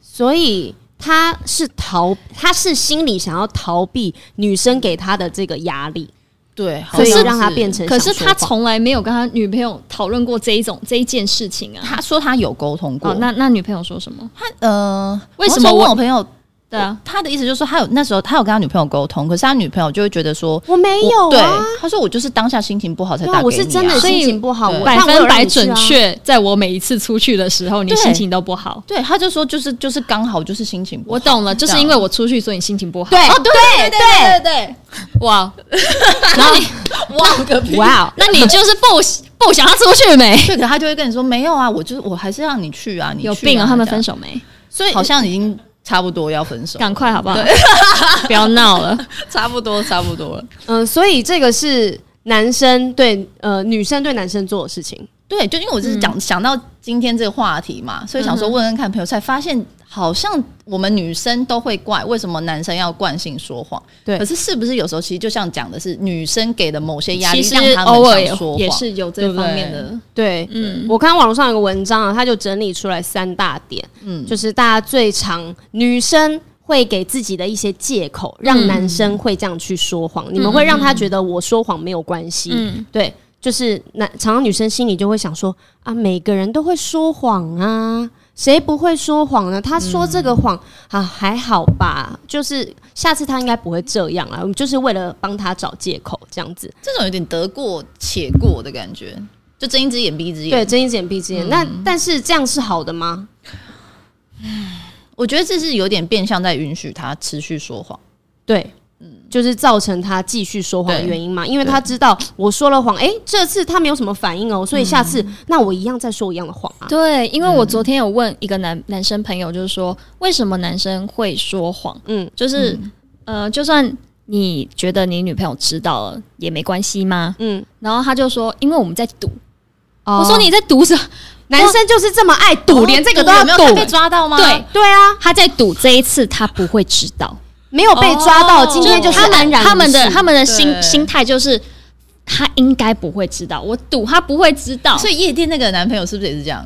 B: 所以他是逃，他是心里想要逃避女生给他的这个压力，
C: 对，
B: 所以
A: 像
B: 让他变成
A: 可
B: 想
A: 是
B: 说谎。
A: 他从来没有跟他女朋友讨论过这一种这一件事情啊。
C: 他说他有沟通过，
A: 哦，那那女朋友说什么？
C: 他呃，
A: 为什
C: 我那
A: 么
C: 时候问
A: 我
C: 我朋友，
A: 对啊，
C: 他的意思就是说，他有那时候他有跟他女朋友沟通，可是他女朋友就会觉得说，
B: 我没有
C: 我
B: 啊，
C: 对，他说我就是当下心情不好才
B: 对
C: 打
B: 啊，
C: 给你、啊，
B: 我是真的
A: 所
B: 心
A: 以
B: 情不好，
C: 对
B: 我
A: 百
B: 但我有
A: 分
B: 让
A: 百
B: 你去啊
A: 准确，在我每一次出去的时候，你
C: 对
A: 心情都不好。
C: 对，他就说就是就是刚好就是心情不好
A: 我懂了，就是因为
C: 我
A: 我出去，所以你心情不好。
B: 对
C: 哦对对对对
A: 哇，
C: 对，哇个屁！
B: 哇哦，
A: 那你就是不不想要出去没？
C: 对，可他就会跟你说没有啊，我就是我还是让你去啊，你去
A: 有病啊！他们分
C: 手，
A: 手没？
C: 所以好像已经差不多要分手，
A: 赶快好不好？ 不要闹 了。
C: 差不多差不多了。
B: 嗯、所以这个是男生对呃女生对男生做的事情，
C: 对，就因为我就是
A: 嗯
C: 讲、想到今天这个话题嘛，所以想说问问看朋友，才发现好像我们女生都会怪为什么男生要惯性说谎。
B: 对
C: 可是是不是有时候其实就像讲的是女生给的某些压
A: 其
C: 力，
A: 实
C: 让他
A: 偶尔
C: 们
A: 也
C: 想说谎。
A: 也是有这方面
C: 对
A: 的，
B: 对。
A: 嗯，
B: 我看网络上有个文章啊，他就整理出来三大点，
C: 嗯
B: 就是大家最常女生会给自己的一些借口，让男生会这样去说谎。你们会让他觉得我说谎没有关系，
A: 嗯
B: 对。就是男常常女生心里就会想说啊，每个人都会说谎啊，谁不会说谎呢？他说这个谎、
A: 嗯
B: 啊，还好吧，就是下次他应该不会这样啊，我们就是为了帮他找借口这样子。
C: 这种有点得过且过的感觉，就睁一只眼闭一只眼。
B: 对，睁一只眼闭一只眼。那
A: 嗯
B: 但是这样是好的吗？
C: 我觉得这是有点变相在允许他持续说谎。
B: 对，就是造成他继续说谎的
C: 对
B: 原因嘛，因为他知道我说了谎，诶，这次他没有什么反应哦，所以下次、那我一样再说一样的谎啊。
A: 对，因为我昨天有问一个男男生朋友，就是说为什么男生会说谎？
B: 嗯
A: 嗯，就是、呃，就算你觉得你女朋友知道了也没关系吗？
B: 嗯，
A: 然后他就说，因为我们在赌。
B: 哦
A: 我说你在赌什么？
B: 男生就是这么爱赌，连这个都要
C: 哦有没有
B: 赌
C: 他。被抓到吗？
A: 对，
B: 对啊，
A: 他在赌这一次他不会知道，
B: 没有被抓到，
C: 哦
B: 今天就是
A: 他
B: 安
A: 们
B: 然
A: 他们的
B: 无事
A: 他们的心
C: 对
A: 心态就是他应该不会知道，我赌他不会知道。
C: 所以夜店那个男朋友是不是也是这样？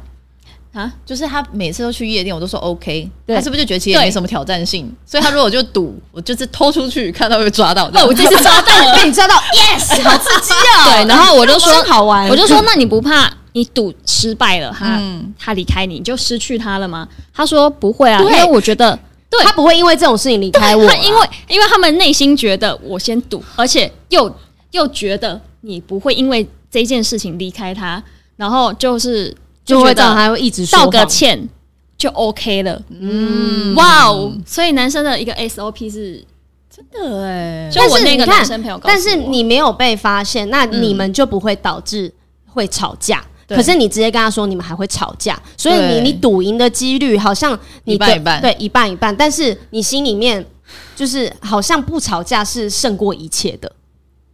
A: 啊，
C: 就是他每次都去夜店，我都说 OK，
A: 对
C: 他是不是就觉得其实也没什么挑战性？所以他如果就赌，我就是偷出去，看到会被抓到。
A: 哦，我这次抓到了，
B: 被你抓到 ，yes，好刺激哦。
A: 对，然后我就说
B: 真好玩，
A: 我就说，那你不怕你赌失败了，他、
C: 嗯
A: 他离开你，你就失去他了吗？他说不会啊，因
B: 对
A: 为我觉得对
B: 他不会因为这种事情离开我
A: 他
B: 啊，
A: 因为因为他们内心觉得我先赌，而且又又觉得你不会因为这件事情离开他，然后就是
B: 就会
A: 觉
B: 这样，
A: 得
B: 他会一直说
A: 道个
B: 谎
A: 歉就 OK 了。
B: 嗯，
A: 哇哦！所以男生的一个 SOP 是，
C: 真的哎，
A: 就
B: 但
A: 我
B: 是
A: 那个
B: 你看
A: 男生朋友告诉我，嗯
B: 但是你没有被发现，那你们就不会导致会吵架。
C: 对
B: 可是你直接跟他说你们还会吵架，所以你
C: 对
B: 你赌赢的几率好像你
C: 一半
B: 的
C: 一半
B: 对一半一半，但是你心里面就是好像不吵架是胜过一切的。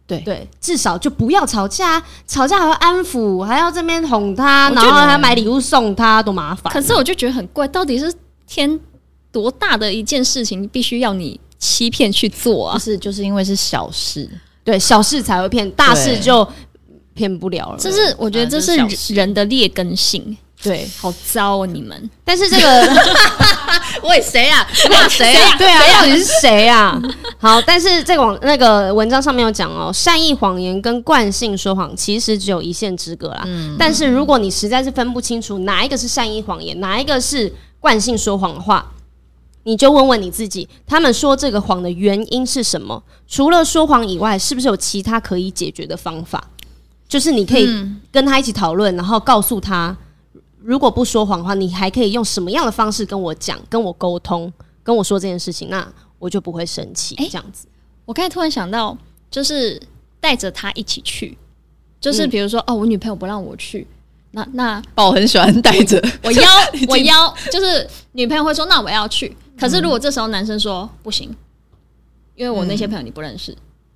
C: 对
B: 对，至少就不要吵架啊，吵架还要安抚，还要这边哄他，
A: 我
B: 然
A: 觉得
B: 后还买礼物送他，多麻烦。
A: 可是我就觉得很怪，到底是天多大的一件事情，必须要你欺骗去做
C: 不
A: 啊？
C: 是就是因为是小事，
B: 对小事才会骗，大事
C: 对
B: 就骗不了了。
A: 这是我觉得这是
C: 啊这是小事
A: 人的劣根性，
B: 对，
A: 好糟哦！你们
B: 但是这个。
C: 喂谁啊？骂谁
B: 谁？对啊，到底是谁啊？ 好，但是这个网那个文章上面有讲哦，善意谎言跟惯性说谎其实只有一线之隔啦。但是如果你实在是分不清楚哪一个是善意谎言，哪一个是惯性说谎的话。你就问问你自己，他们说这个谎的原因是什么？除了说谎以外，是不是有其他可以解决的方法？就是你可以跟他一起讨论，然后告诉他，如果不说谎的话，你还可以用什么样的方式跟我讲，跟我沟通，跟我说这件事情，那我就不会生气。
A: 诶
B: 这样子，
A: 我刚才突然想到，就是带着他一起去，就是
B: 嗯
A: 比如说、哦，我女朋友不让我去，那 那
C: 宝很喜欢带着，
A: 我邀我邀，就是女朋友会说那我要去，可是如
B: 嗯
A: 果这时候男生说不行，因为我那些朋友你不认识，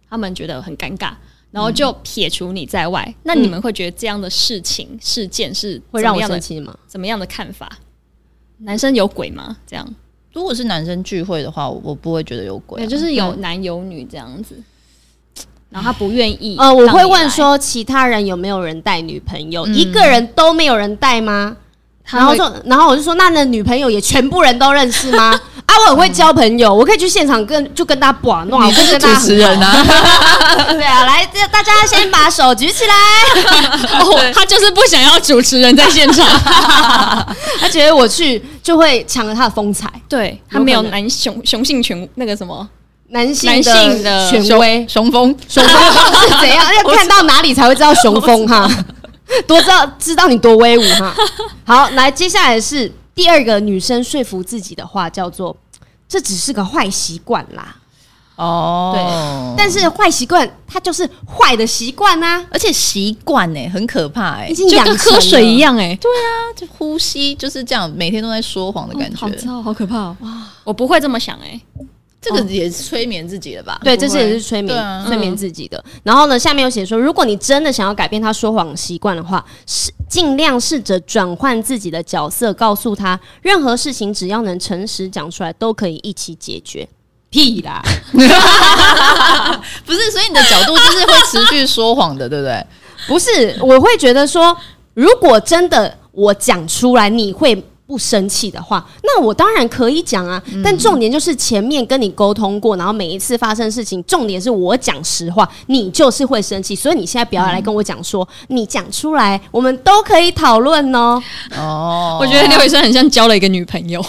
A: 他们觉得很尴尬，然
B: 嗯
A: 后就撇除你在外，那你们会觉得这样的事情事件是
B: 会让
A: 怎么
B: 我
A: 样的
B: 生气吗？
A: 怎么样的看法？男生有鬼吗？这样，
C: 如果是男生聚会的话，我我不会觉得有鬼啊、
A: 对，就是有
B: 嗯
A: 男有女这样子，然后他不愿意。
B: 呃，我会问，说，其他人有没有人带女朋友？一个人都没有人带吗？然
A: 他
B: 后
A: 会
B: 说，然后我就说，那那女朋友也全部人都认识 吗？啊，我很会交朋友，我可以去现场跟就跟大家玩弄啊，我
C: 你
B: 可
C: 就
B: 以跟
C: 是主
B: 大家
C: 持人啊，
B: 对啊，来，这大家先把手举起来。
A: 哦，他就是不想要主持人在现场，
B: 他觉 得我去就会抢了他的风采，
A: 对他没有男雄雄性权那个什么，
B: 男性
A: 男性的
B: 权威，
C: 雄风
B: 雄风是怎 样？要看到哪里才会知道雄风哈？ 多知道知道你多威武哈。好，来，接下来是第二个女生说服自己的话，叫做“这只是个坏习惯啦
C: 哦”，
B: 但是坏习惯它就是坏的习惯啊，
C: 而且习惯呢很可怕哎、
B: 已经
A: 就
B: 养
A: 跟
B: 成了
A: 喝水一。样哎，
C: 他就呼吸就是这样，每天都在说谎的感觉，
A: 好糟，好可怕哦！我不会这么想哎，
C: 这个也是催眠自己了吧？
B: 对，
A: 不会
B: 这是也是催眠、
C: 哦对啊
B: 催眠自己的。然后呢，下面有写说，如果你真的想要改变他说谎习惯的话，是尽量试着转换自己的角色，告诉他任何事情只要能诚实讲出来，都可以一起解决。屁啦！
C: 不是，所以你的角度就是会持续说谎的，对不对？
B: 不是，我会觉得说，如果真的我讲出来，你会不生气的话，那我当然可以讲啊。但重点就是前面跟你沟通过，然后每一次发生事情，重点是我讲实话，你就是会生气，所以你现在不要来跟我讲说、你讲出来，我们都可以讨论哦。
C: 哦，
A: 我觉得刘医生很像交了一个女朋友，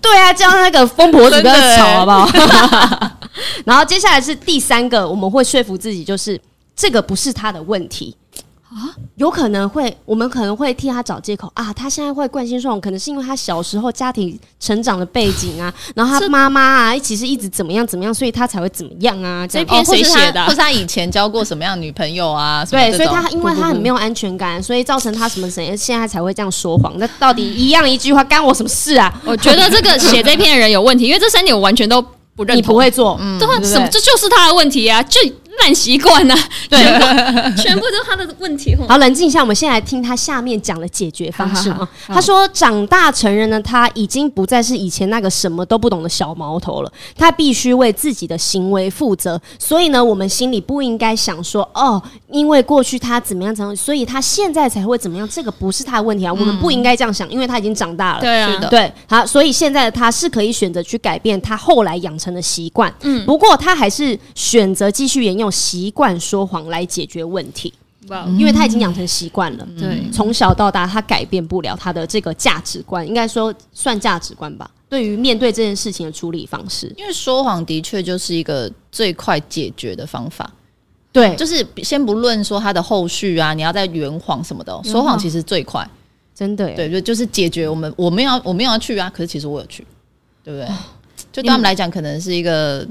B: 对啊，叫那个疯婆子不要
C: 真的欸
B: 吵，好不好？ 然后接下来是第三个，我们会说服自己，就是这个不是他的问题啊，有可能会，我们可能会替他找借口啊，他现在会冠心哦状，可能是因为他小时候家庭成长的背景啊，然后他妈妈啊，其实一直怎么样怎么样，所以他才会怎么样啊，这
C: 这
B: 样
C: 篇谁写的、
A: 哦
C: 或是他以前交过什么样的女朋友 啊？什么
B: 对，
C: 这
B: 所以
C: 种
B: 他因为他很没有安全感，所以造成他什么谁现在才会这样说谎。那到底一样一句话干我什么事啊？
A: 我觉得这个写这篇的人有问题，因为这三点我完全都不认
B: 你
A: 同
B: 不。会做，
A: 对啊，
B: 对不对
A: 什么这就是他的问题啊，就烂习惯啊，全 部全部都是他的问题。
B: 好，冷静一下，我们先来听他下面讲的解决方式
A: 嗯好
B: 啊。他说，长大成人呢，他已经不再是以前那个什么都不懂的小毛头了，他必须为自己的行为负责。所以呢，我们心里不应该想说，哦，因为过去他怎么样怎么样，所以他现在才会怎么样，这个不是他的问题啊，我们不应该这样想，因为他已经长大了。
A: 嗯对啊
C: 是的
B: 对，好，所以现在的他是可以选择去改变他后来养成的习惯，嗯，不过他还是选择继续沿用习惯说谎来解决问题。
A: 哇哦
B: 因为他已经养成习惯了。
A: 对
B: 从小到大，他改变不了他的这个价值观，应该说算价值观吧。对于面对这件事情的处理方式，
C: 因为说谎的确就是一个最快解决的方法，
B: 对
C: 就是先不论说它的后续啊，你要再圆谎什么的哦，说谎其实最快。
B: 真的耶，
C: 对，就就是解决我们我没有要我没有要去啊，可是其实我有去，对不对？就对他们来讲，可能是一个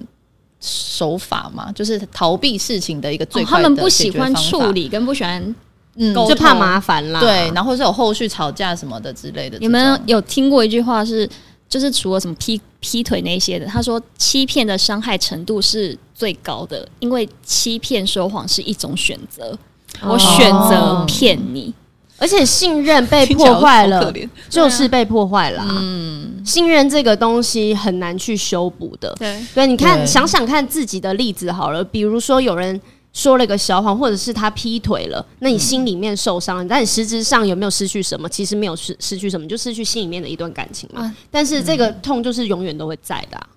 C: 手法嘛，就是逃避事情的一个最
A: 哦
C: 快
A: 他
C: 的、
A: 们不喜欢处，理，跟不喜欢
C: 嗯，
A: 沟通
B: 就怕麻烦啦。
C: 对，然后是有后续吵架什么的之类的这种。
A: 你们有听过一句话是，就是除了什么劈劈腿那些的，他说欺骗的伤害程度是最高的，因为欺骗说谎是一种选择，
B: 哦
A: 我选择骗你。
B: 而且信任被
C: 听起来
B: 破坏
C: 好可
B: 了，
C: 怜啊
B: 就是被破坏啦。嗯，信任这个东西很难去修补的。
A: 对，
B: 对，你看，
C: 对
B: 想想看自己的例子好了，比如说有人说了个小谎，或者是他劈腿了，那你心里面受
C: 嗯
B: 伤了，但你实质上有没有失去什么？其实没有失失去什么，就失去心里面的一段感情嘛。
A: 啊
B: 但是这个痛就是永远都会在的啊、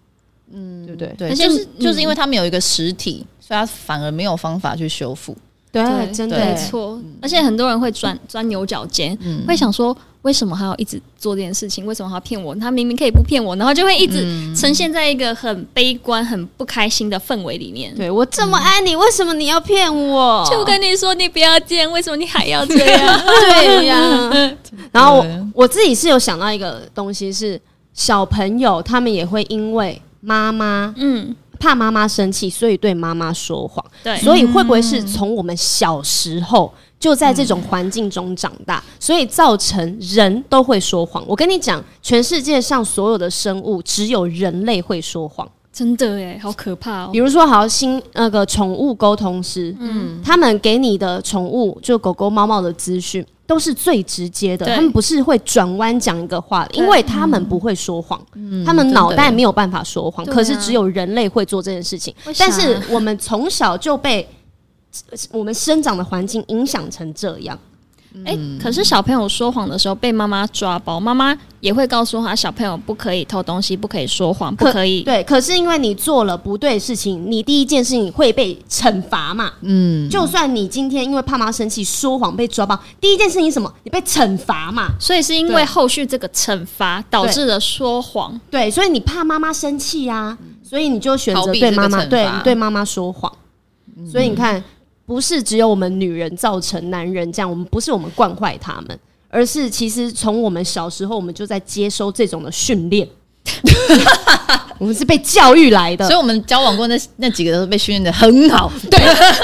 B: 嗯，对不对？
C: 对，
A: 而且
C: 就是
A: 嗯
C: 就是因为他们有一个实体，所以他反而没有方法去修复。
B: 对，真
A: 没
B: 的
C: 对
A: 错。而且很多人会钻钻牛角尖，
C: 嗯
A: 会想说为什么还要一直做这件事情？为什么还要骗我？他明明可以不骗我，然后就会一直
C: 嗯
A: 呈现在一个很悲观、很不开心的氛围里面。
B: 对我这么爱你，为什么你要骗我？
A: 就跟你说，你不要这样，为什么你还要这 样？
B: 对 呀。然后我
C: 对
B: 我自己是有想到一个东西是，小朋友他们也会因为妈妈
A: 嗯，
B: 怕妈妈生气，所以对妈妈说谎。
A: 对。
B: 所以会不会是从我们小时候就在这种环境中长大，所以造成人都会说谎？我跟你讲，全世界上所有的生物，只有人类会说谎。
A: 真的哎，好可怕哦
B: 比！如说，好新那个宠物沟通师，嗯，他们给你的宠物就狗狗、猫猫的资讯。都是最直接的，
A: 对
B: 他们不是会转弯讲一个话的，因为他们不会说谎，他们脑袋没有办法说谎，
A: 嗯对啊啊
B: 可是只有人类会做这件事情。
A: 为啥
B: 但是我们从小就被呃我们生长的环境影响成这样，
A: 哎、可是小朋友说谎的时候被妈妈抓包，妈妈也会告诉他小朋友不可以偷东西，不可以说谎，不可以。
B: 对。可是因为你做了不对的事情，你第一件事情会被惩罚嘛。嗯，就算你今天因为怕妈生气说谎被抓包，第一件事情是什么？你被惩罚嘛。
A: 所以是因为
B: 对
A: 后续这个惩罚导致了说谎，
B: 对，所以你怕妈妈生气啊，所以你就选择
C: 嗯逃避
B: 对
C: 这个
B: 妈妈
C: 惩
B: 对
C: 罚嗯
B: 对妈妈说谎。所以你看，不是只有我们女人造成男人这样，我们不是我们惯坏他们，而是其实从我们小时候我们就在接收这种的训 练，我们是被教育来
C: 所以
B: 的，
C: 我们交往过那那几个都被训练的很好，
B: 对，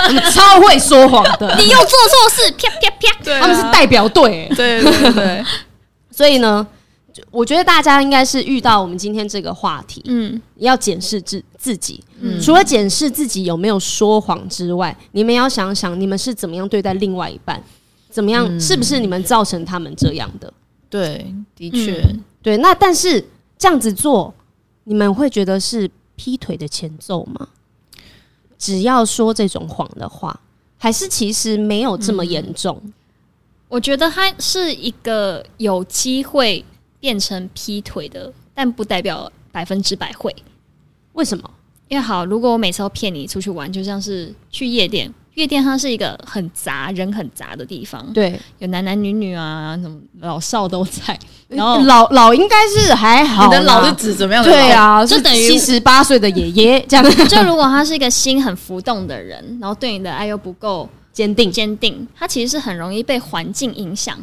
B: 我们超会说谎的，
A: 你又做错事，啪啪啪。
C: 对
B: 他们是代表队、欸
C: 对对对，
B: 所以呢。就我觉得大家应该是遇到我们今天这个话题，
A: 嗯，
B: 要检视自自己，除了检视自己有没有说谎之外，你们也要想想你们是怎么样对待另外一半，怎么样、是不是你们造成他们这样的？
C: 对，的确，
B: 对，那但是这样子做，你们会觉得是劈腿的前奏吗？只要说这种谎的话，还是其实没有这么严重？
A: 我觉得他是一个有机会变成劈腿的，但不代表百分之百会。
B: 为什么？
A: 因为好，如果我每次都骗你出去玩，就像是去夜店，夜店它是一个很杂、人很杂的地方，
B: 对，
A: 有男男女女啊，什么老少都在。然后
B: 老老应该是还好
C: 你
B: 啦，
C: 的老是指怎么样的老？
B: 对啊，
A: 就是等于
B: 七十八岁的爷爷 这样
A: 就如果他是一个心很浮动的人，然后对你的爱又不够
B: 坚 定。
A: 坚定，他其实是很容易被环境影响。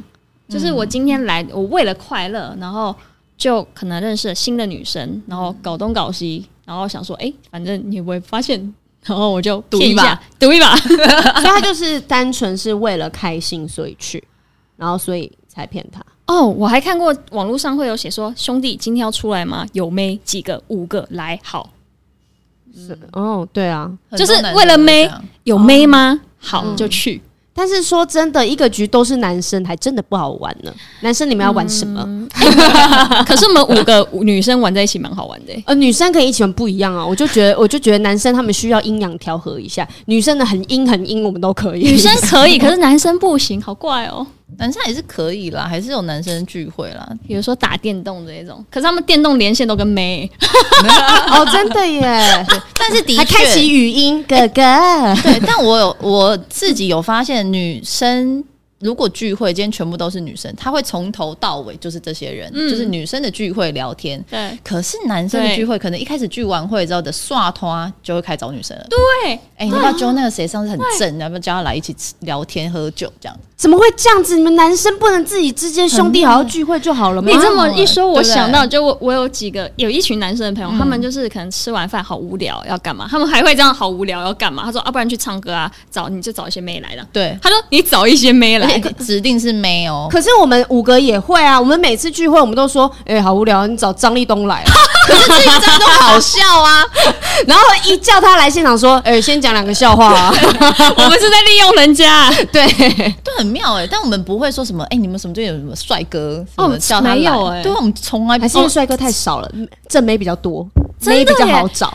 A: 就是我今天来，我为了快乐，然后就可能认识了新的女生，然后搞东搞西，然后想说，哎、反正你也不会发现，然后我就
C: 赌
A: 骗
C: 一
A: 一
C: 把
A: 下， 赌一把。
B: 所以他就是单纯是为了开心所以去，然后所以才骗他。
A: 哦，我还看过网络上会有写说，兄弟今天要出来吗？有妹几个？五个来好，
B: 是哦，对啊。
C: 很多
A: 就是
C: 男生
A: 为了
C: 都
A: 妹
C: 这样
A: 有妹吗？好、
B: 嗯
A: 就 去。
B: 但是说真的，一个局都是男生，还真的不好玩呢。男生你们要玩什么？
C: 嗯
A: 可是我们五个女生玩在一起蛮好玩的、欸
B: 呃，女生跟以前不一样啊，我就觉得，我就觉得男生他们需要阴阳调和一下，女生的很阴很阴，我们都可以。
A: 女生可 以，可是男生不行，好怪哦、
C: 男生还是可以啦，还是有男生聚会啦。
A: 比如说打电动这一种，可是他们电动连线都跟妹、
B: 哦，真的耶，
C: 但 是的
B: 还
C: 确，
B: 开启语音哥哥，
C: 对，但我有我自己有发现，女生如果聚会今天全部都是女生，她会从头到尾就是这些人，
A: 嗯
C: 就是女生的聚会聊天。
A: 对
C: 可是男生的
A: 对
C: 聚会，可能一开始聚完会之后的刷团就会开始找女生了。
A: 对，
C: 哎、你要不要揪那个谁上次很正，你要不要叫他来一起吃聊天喝酒这样？
B: 怎么会这样子？你们男生不能自己之间兄弟好好聚会就好了吗
A: 你？这么一说，
C: 对不
A: 我
C: 对
A: 想到就我我有几个有一群男生的朋友，他们就是可能吃完饭好无聊要干嘛，他们还会这样好无聊要干嘛？他说啊，不然去唱歌啊，找你就找一些妹来的。
C: 对，
A: 他说你找一些妹
C: 而且
A: 来，
C: 哎指定是没有。
B: 可是我们五个也会啊，我们每次聚会我们都说，哎、好无聊，你找张立东来啊、
C: 可是这一张都好笑啊！
B: 然后一叫他来现场说，哎、先讲两个笑话 啊，
A: 我们是在利用人家。
B: 对，
C: 对，很妙哎、但我们不会说什么哎、你们什么最近有什么帅哥什
A: 哦
C: 么叫他来
A: 没有欸
C: 对，我们从来不哦
B: 还是因为帅哥太少了，正妹比较多，
A: 真的
B: 妹
A: 耶
B: 比较好找，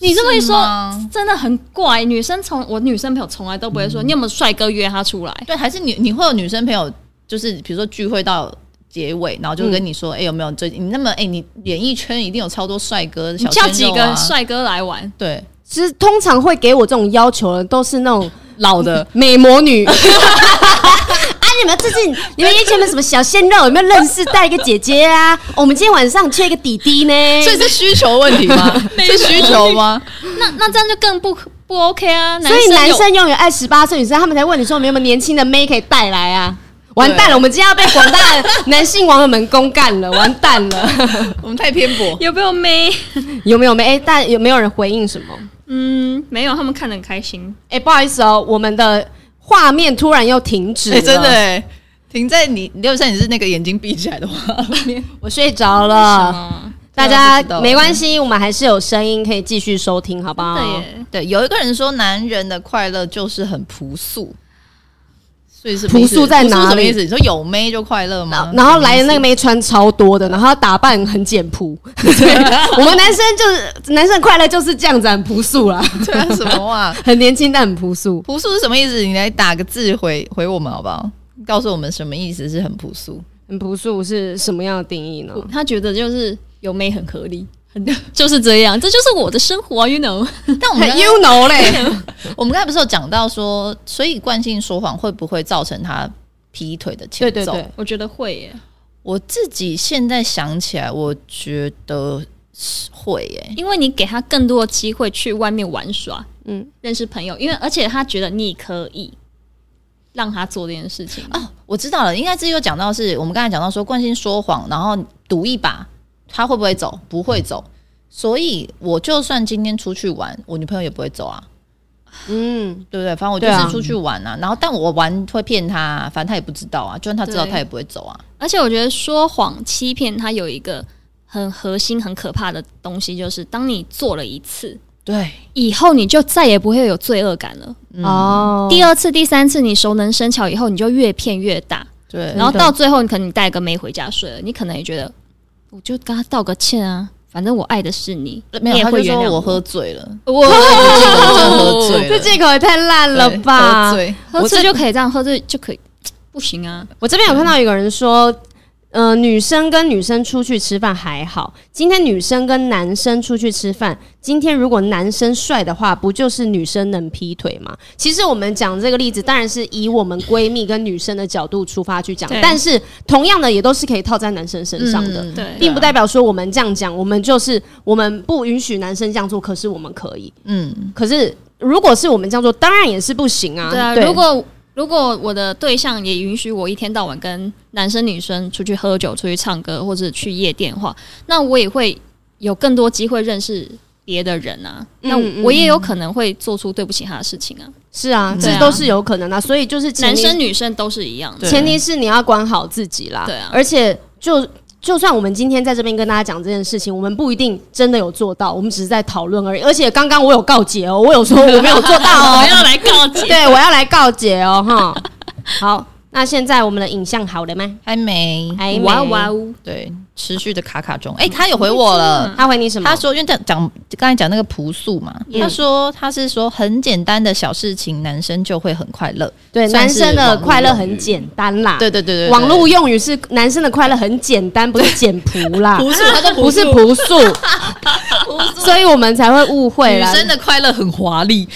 A: 你这么一
C: 是
A: 说
C: 吗，
A: 真的很怪。女生从我女生朋友从来都不会说，你有没有帅哥约他出来？
C: 对，还是你你会有女生朋友，就是比如说聚会到结尾，然后就跟你说，哎、有没有最近你那么哎、你演艺圈一定有超多帅哥，
A: 你
C: 小
A: 叫
C: 鲜
A: 几
C: 肉
A: 个
C: 啊，
A: 帅哥来玩？
C: 对，
B: 其实通常会给我这种要求的都是那种。
C: 老的
B: 美魔女。啊！你们最近你们以前有没有什么小鲜肉？有没有认识带一个姐姐啊？我们今天晚上缺一个弟弟呢。
C: 所以是需求问题 吗？是需求吗？
A: 那那这样就更不不 OK 啊！
B: 所以
A: 有
B: 男生拥有爱十八岁女生，他们才问你说我们有没有年轻的妹可以带来啊？完蛋了，我们今天要被广大的男性网友们公干了，完蛋了。
C: 我们太偏 颇。
A: 有没有妹？
B: 有没有妹？哎、但有没有人回应什么？
A: 嗯，没有，他们看得很开心。
B: 哎、不好意思哦，我们的画面突然又停止了，
C: 哎，真的
A: 欸
C: 哎，停在你六三，你是那个眼睛闭起来的画面。
B: 我睡着
A: 啊、
B: 了。大家
C: 不知道
B: 没关系，我们还是有声音可以继续收听，好不好？
A: 哦对耶，
C: 对，有一个人说，男人的快乐就是很朴素，所以是
B: 朴素在哪
C: 什么
B: 里
C: 意思？你说有妹就快乐吗？
B: 然后来的
C: 什
B: 那个
C: 么意思
B: 妹穿超多的，然后她打扮很简 朴。对，我们男生就是男生的快乐就是这样子，很朴素啦，
C: 对啊， 什么啊？
B: 很年轻但很朴素。
C: 朴素是什么意思？你来打个字回回我们好不好？告诉我们什么意思是很朴素。
B: 很朴素是什么样的定义呢？
A: 他觉得就是有妹很合理，很就是这样，这就是我的生活啊，you know。
C: 但我 们刚
B: you know 嘞，
C: 我们刚才不是有讲到说，所以惯性说谎会不会造成他劈腿的前
B: 对
C: 奏？
B: 对对，
A: 我觉得会耶，
C: 我自己现在想起来，我觉得是会耶、
A: 因为你给他更多的机会去外面玩耍，
B: 嗯
A: 嗯，认识朋友，因为而且他觉得你可以让他做这件事情。
C: 哦，我知道了，应该是有讲到是我们刚才讲到说惯性说谎，然后赌一把，他会不会走？不会走。所以我就算今天出去玩，我女朋友也不会走啊。
B: 嗯，
C: 对不对？反正我就
B: 对啊
C: 是出去玩啊，然后但我玩会骗他、反正他也不知道啊，就算他知道，
A: 对
C: 他也不会走啊。
A: 而且我觉得说谎、欺骗，它有一个很核心、很可怕的东西，就是当你做了一次。
C: 对，
A: 以后你就再也不会有罪恶感了。
C: 嗯
B: 哦，
A: 第二次、第三次，你熟能生巧以后，你就越骗越大，
C: 对，
A: 然后到最后，你可能你带个妹回家睡了，你可能也觉得，我就跟他道个歉啊，反正我爱的是你，
C: 没有，
A: 你也
C: 他就
A: 会原
C: 说
A: 谅
C: 我喝醉了，
A: 我，
C: 我真的喝醉了，
B: 这借口也太烂了
C: 对
B: 吧
C: 喝？醉，
A: 喝醉就可以这样，喝醉就可以，不行啊，
B: 我这边有看到有个人说，呃，女生跟女生出去吃饭还好，今天女生跟男生出去吃饭，今天如果男生帅的话，不就是女生能劈腿吗？其实我们讲这个例子，当然是以我们闺蜜跟女生的角度出发去讲
A: 对，
B: 但是同样的也都是可以套在男生身上的。
C: 嗯
A: 对啊
B: 并不代表说我们这样讲，我们就是我们不允许男生这样做，可是我们可以。
C: 嗯，
B: 可是如果是我们这样做，当然也是不行啊。
A: 对啊，如果如果我的对象也允许我一天到晚跟男生女生出去喝酒、出去唱歌或者去夜店的话，那我也会有更多机会认识别的人啊。
B: 嗯
A: 那
B: 嗯
A: 我也有可能会做出对不起他的事情啊。
B: 是啊，
A: 对
B: 这
A: 啊
B: 都是有可能的、啊。所以就是前
A: 男
B: 提
A: 生女生都是一样的
C: 对，
B: 前提是你要管好自己啦。
A: 对啊
B: 而且就就算我们今天在这边跟大家讲这件事情，我们不一定真的有做到，我们只是在讨论而已。而且刚刚我有告解哦，我有说我没有做到
A: 我
B: 哦，
A: 要来告诫。
B: 对我要来告解哦，哈。好，那现在我们的影像好了吗？
C: 还没，
B: 还没
A: 哇哇哦！
C: 对，持续的卡卡中。哎、他有回我了。
B: 他回你什么？
C: 他说，因为讲讲刚才讲那个朴素嘛，
B: 嗯
C: 他说他是说很简单的小事情，男生就会很快乐。
B: 对，
C: 算
B: 男
C: 是
B: 生的
C: 网络
B: 快乐
C: 用
B: 很
C: 语
B: 简单啦。
C: 对对对对，对
B: 网络用语是男生的快乐很简单，不是简朴 啦，
C: 朴素，他说
B: 不是朴 素，所以我们才会误会
C: 女
B: 啦。
C: 生的快乐很华丽，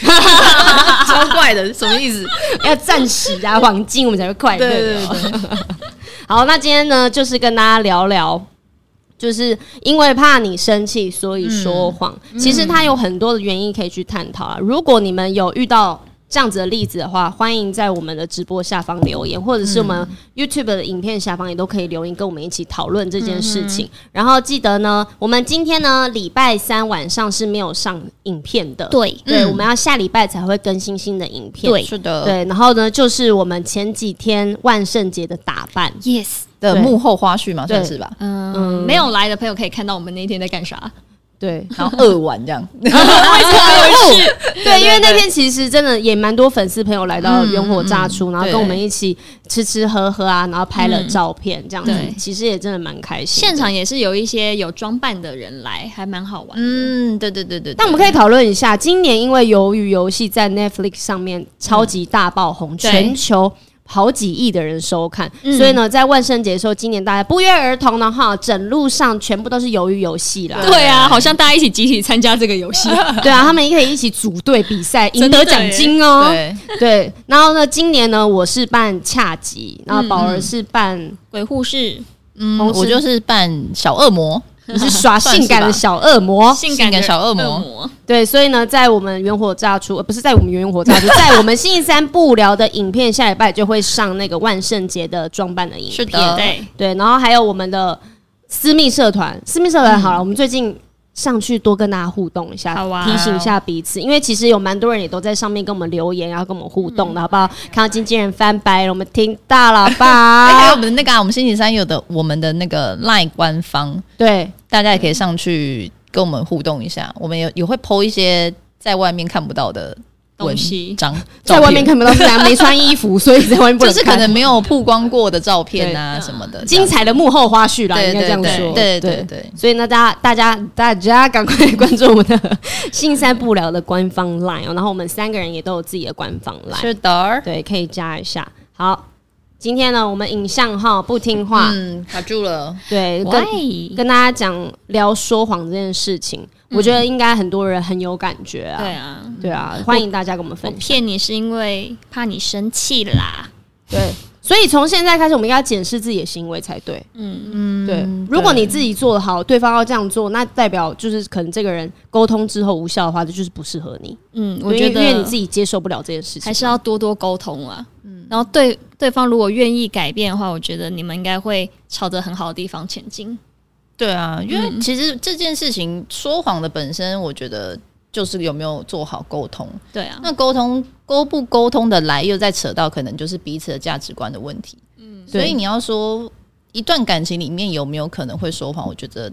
C: 超怪的，什么意思？
B: 要暂时 啊，黄金我们才会快乐。
C: 对对对
B: 好，那今天呢，就是跟大家聊聊，就是因为怕你生气，所以说谎。
A: 嗯
B: 其实它有很多的原因可以去探讨啊。如果你们有遇到这样子的例子的话，欢迎在我们的直播下方留言，或者是我们
A: 嗯
B: YouTube 的影片下方也都可以留言，跟我们一起讨论这件事
A: 嗯
B: 情。然后记得呢，我们今天呢礼拜三晚上是没有上影片的，
A: 对
B: 对，
C: 嗯
B: 我们要下礼拜才会更新新的影片。
A: 对
C: 是的，
B: 对，然后呢，就是我们前几天万圣节的打扮，
A: ，yes，
C: 的
B: 对
C: 幕后花絮嘛，算是吧。
A: 嗯，没有来的朋友可以看到我们那一天在干啥。
B: 对，
C: 然后二完这样，
B: 对，因嗯为那天其实真的也蛮多粉丝朋友来到烟火炸出，然后
C: 对
B: 跟我们一起吃吃喝喝啊，然后拍了照片，这样子
A: 对
B: 其实也真的蛮开心的。
A: 现场也是有一些有装扮的人来，还蛮好玩。
C: 嗯，对对对对。对
B: 那我们可以讨论一下，今年因为《鱿鱼游戏》在 Netflix 上面超级大爆红，
A: 对
B: 全球。好几亿的人收看，
A: 嗯
B: 所以呢，在万圣节的时候，今年大家不约而同的哈，整路上全部都是鱿鱼游戏啦。
A: 对啊，好像大家一起集体参加这个游戏。
B: 对啊，他们也可以一起组队比赛，赢
A: 真的
B: 得奖金哦。
C: 对，
B: 对，然后呢，今年呢，我是办恰吉，然后宝儿是办，
A: 鬼护士，
C: 嗯，
B: 同时
C: 我就是扮小恶魔，
B: 你是 耍性感的小恶魔。
A: 性感
C: 性感
A: 的
C: 小恶魔
A: 魔，
B: 对，所以呢，在我们元火炸出，呃不是在我们元火炸 出，在我们星期三不聊的影片，下礼拜就会上那个万圣节的装扮的影
C: 是
B: 片。
C: 的，
A: 对，
B: 对，然后还有我们的私密社团，私密社
C: 嗯
B: 团好了，我们最近。上去多跟大家互动一下，
A: 好啊
B: 提醒一下彼此，因为其实有蛮多人也都在上面跟我们留言，然后跟我们互
C: 嗯
B: 动的，好不好？看到经纪人翻白了，我们听到了
C: 哎 还有我
B: 吧？
C: 们的那个、啊，我们星期三有的我们的那个 LINE 官方，
B: 对，
C: 大家也可以上去跟我们互动一下，我们也也会 PO 一些在外面看不到的文
A: 东西
C: 章，
B: 在
C: 照片
B: 外面看不到，是 咱没穿衣服，所以在外面不
C: 就
B: 能
C: 是
B: 看
C: 可能没有曝光过的照片啊什么的，这
B: 精
C: 样
B: 彩的幕后花絮啦，
C: 对
B: 应该这
C: 对
B: 样
C: 对
B: 说。
C: 对对对，
B: 所以呢，大家大家大家赶快关注我们的新三不聊的官方 LINE，、哦、然后我们三个人也都有自己的官方 LINE，
C: 是的，
B: 对，可以加一下。好，今天呢，我们影像哈不听话，
C: 嗯，卡住了，
B: 对，跟
A: Why？
B: 跟大家讲聊说谎这件事情，我觉得应该很多人很有感觉啊。
A: 对啊，
B: 嗯对啊，欢迎大家跟我们
A: 我
B: 分享。
A: 骗你是因为怕你生气啦。
B: 对，所以从现在开始，我们应该要检视自己的行为才对。
A: 嗯，
B: 对
C: 嗯，
B: 如果
C: 对
B: 你自己做的好，对方要这样做，那代表就是可能这个人沟通之后无效的话，这就是不适合你。
A: 嗯，
B: 因
A: 我
B: 为
A: 觉得
B: 因为你自己接受不了这件事情，
A: 还是要多多沟通啊。嗯，然后对对方如果愿意改变的话，我觉得你们应该会朝着很好的地方前进。
C: 对啊，因
B: 嗯
C: 为其实这件事情说谎的本身，我觉得就是有没有做好沟通，
A: 对啊，
C: 那沟通沟不沟通的来，又再扯到可能就是彼此的价值观的问题。嗯，所以你要说一段感情里面有没有可能会说谎，我觉得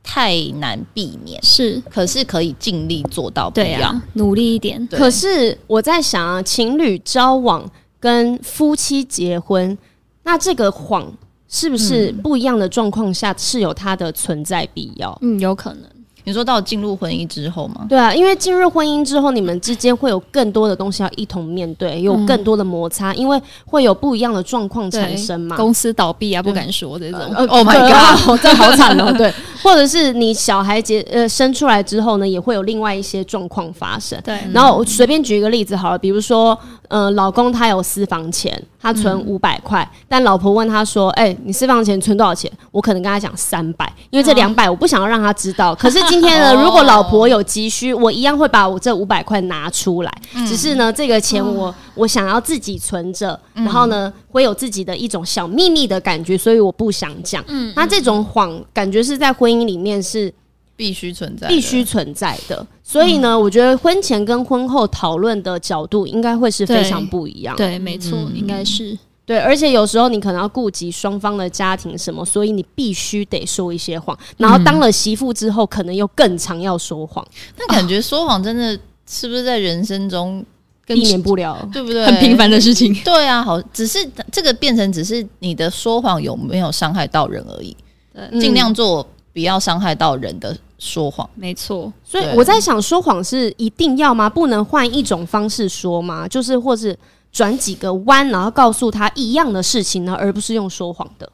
C: 太难避免，
A: 是
C: 可是可以尽力做到不
A: 对
C: 要。
A: 啊，努力一点。
C: 对
B: 可是我在想啊，情侣交往跟夫妻结婚，那这个谎嗯是不是不一样的状况下是有它的存在必要？
A: 嗯，有可能。
C: 你说到进入婚姻之后吗？
B: 对啊，因为进入婚姻之后，你们之间会有更多的东西要一同面对，有更多的摩擦，因为会有不一样的状况产生嘛。
A: 公司倒闭啊，不敢说这种。
B: 呃
C: Oh my god
B: 对啊 这好惨哦！对，或者是你小孩结呃生出来之后呢，也会有另外一些状况发生。
A: 对，
B: 然后我随便举一个例子好了，比如说，呃，老公他有私房钱，他存五百块，但老婆问他说：“哎、你私房钱存多少钱？”我可能跟他讲三百，因为这两百我不想要让他知道。可是今天呢，
C: 哦
B: 如果老婆有急需，我一样会把我这五百块拿出来，只是呢，这个钱我、我想要自己存着，然后呢，会有自己的一种小秘密的感觉，所以我不想讲。那这种谎感觉是在婚姻里面是
C: 必须存在的，嗯
B: 必须存在的。所以呢，我觉得婚前跟婚后讨论的角度应该会是非常不一样。
A: 对，没错，应该是
B: 对，而且有时候你可能要顾及双方的家庭什么，所以你必须得说一些谎。然后当了媳妇之后，可能又更常要说谎，
C: 但感觉说谎真的是不是在人生中，
A: 跟
B: 避免不了。
C: 对不对？
A: 很平。凡的事情。
C: 对啊，好，只是这个变成只是你的说谎有没有伤害到人而已，
B: 嗯
C: 尽量做不要伤害到人的说谎。
A: 没错，
B: 所以
C: 对
B: 我在想，说谎是一定要吗？不能换一种方式说吗？就是或是转几个弯，然后告诉他一样的事情呢，而不是用说谎的。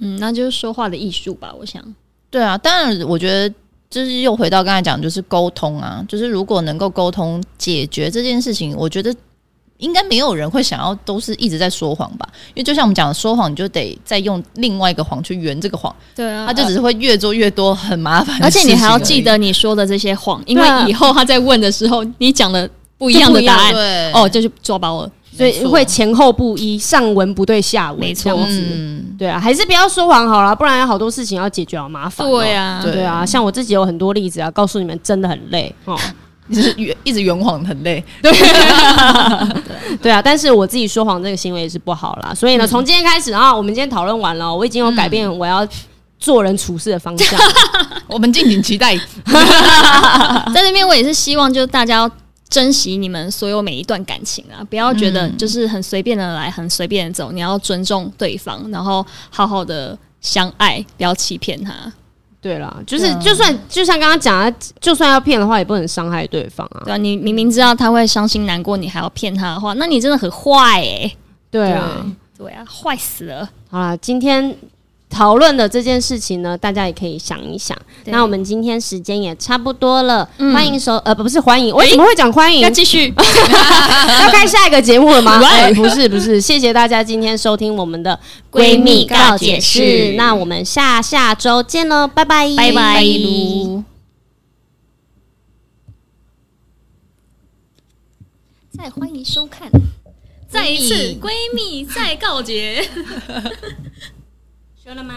A: 嗯，那就是说话的艺术吧，我想。
C: 对啊，当然，我觉得就是又回到刚才讲，就是沟通啊，就是如果能够沟通解决这件事情，我觉得应该没有人会想要都是一直在说谎吧，因为就像我们讲的，说谎你就得再用另外一个谎去圆这个谎，
A: 对啊
C: 它就只是会越做越多，很麻烦的
A: 而
C: 事
A: 且
C: 情而已。
A: 你还要记得你说的这些谎，因
B: 对啊
A: 为以后他在问的时候，你讲的不一样的答案，
C: 对
A: 哦，，这就抓包了。
B: 所
C: 没
B: 以
C: 错
B: 会前后不一，上文不对下文，
A: 没错
B: 这样子。
C: 嗯，
B: 对啊，还是不要说谎好了，不然有好多事情要解决，好麻烦、
A: 对、啊，
C: 对
B: 对啊，像我自己有很多例子啊，告诉你们真的很累哦。
C: 就是圆一直圆谎很累，
B: 对啊，但是我自己说谎这个行为也是不好啦，所以
A: 嗯
B: 呢，从今天开始啊，我们今天讨论完了，我已经有改变我要做人处事的方 向。
C: 我们敬请期 待。
A: 在这边我也是希望，就是大家要珍惜你们所有每一段感情啊，不要觉得就是很随便的来，很随便的走，你要尊重对方，然后好好的相爱，不要欺骗他。
B: 对啦，就是
A: 啊
C: 嗯
B: 就算就像刚刚讲的，就算要骗的话，也不能伤害对方啊
A: 对。啊，你明明知道他会伤心难过，你还要骗他的话，那你真的很坏诶、
B: 对啊，
A: 对啊，坏死了。
B: 好啦，今天讨论的这件事情呢，大家也可以想一想。
A: 对
B: 那我们今天时间也差不多了，
A: 嗯
B: 欢迎收呃不不是欢迎，我怎么会讲欢迎？
A: 要继续，
B: 要开下一个节目了吗？
A: Right
B: 哎不是不是，谢谢大家今天收听我们的
A: 闺蜜告解室
B: 那我们下下周见喽，拜拜，
A: 拜拜。再欢迎收看，再一次闺蜜再告捷。
B: 说了吗？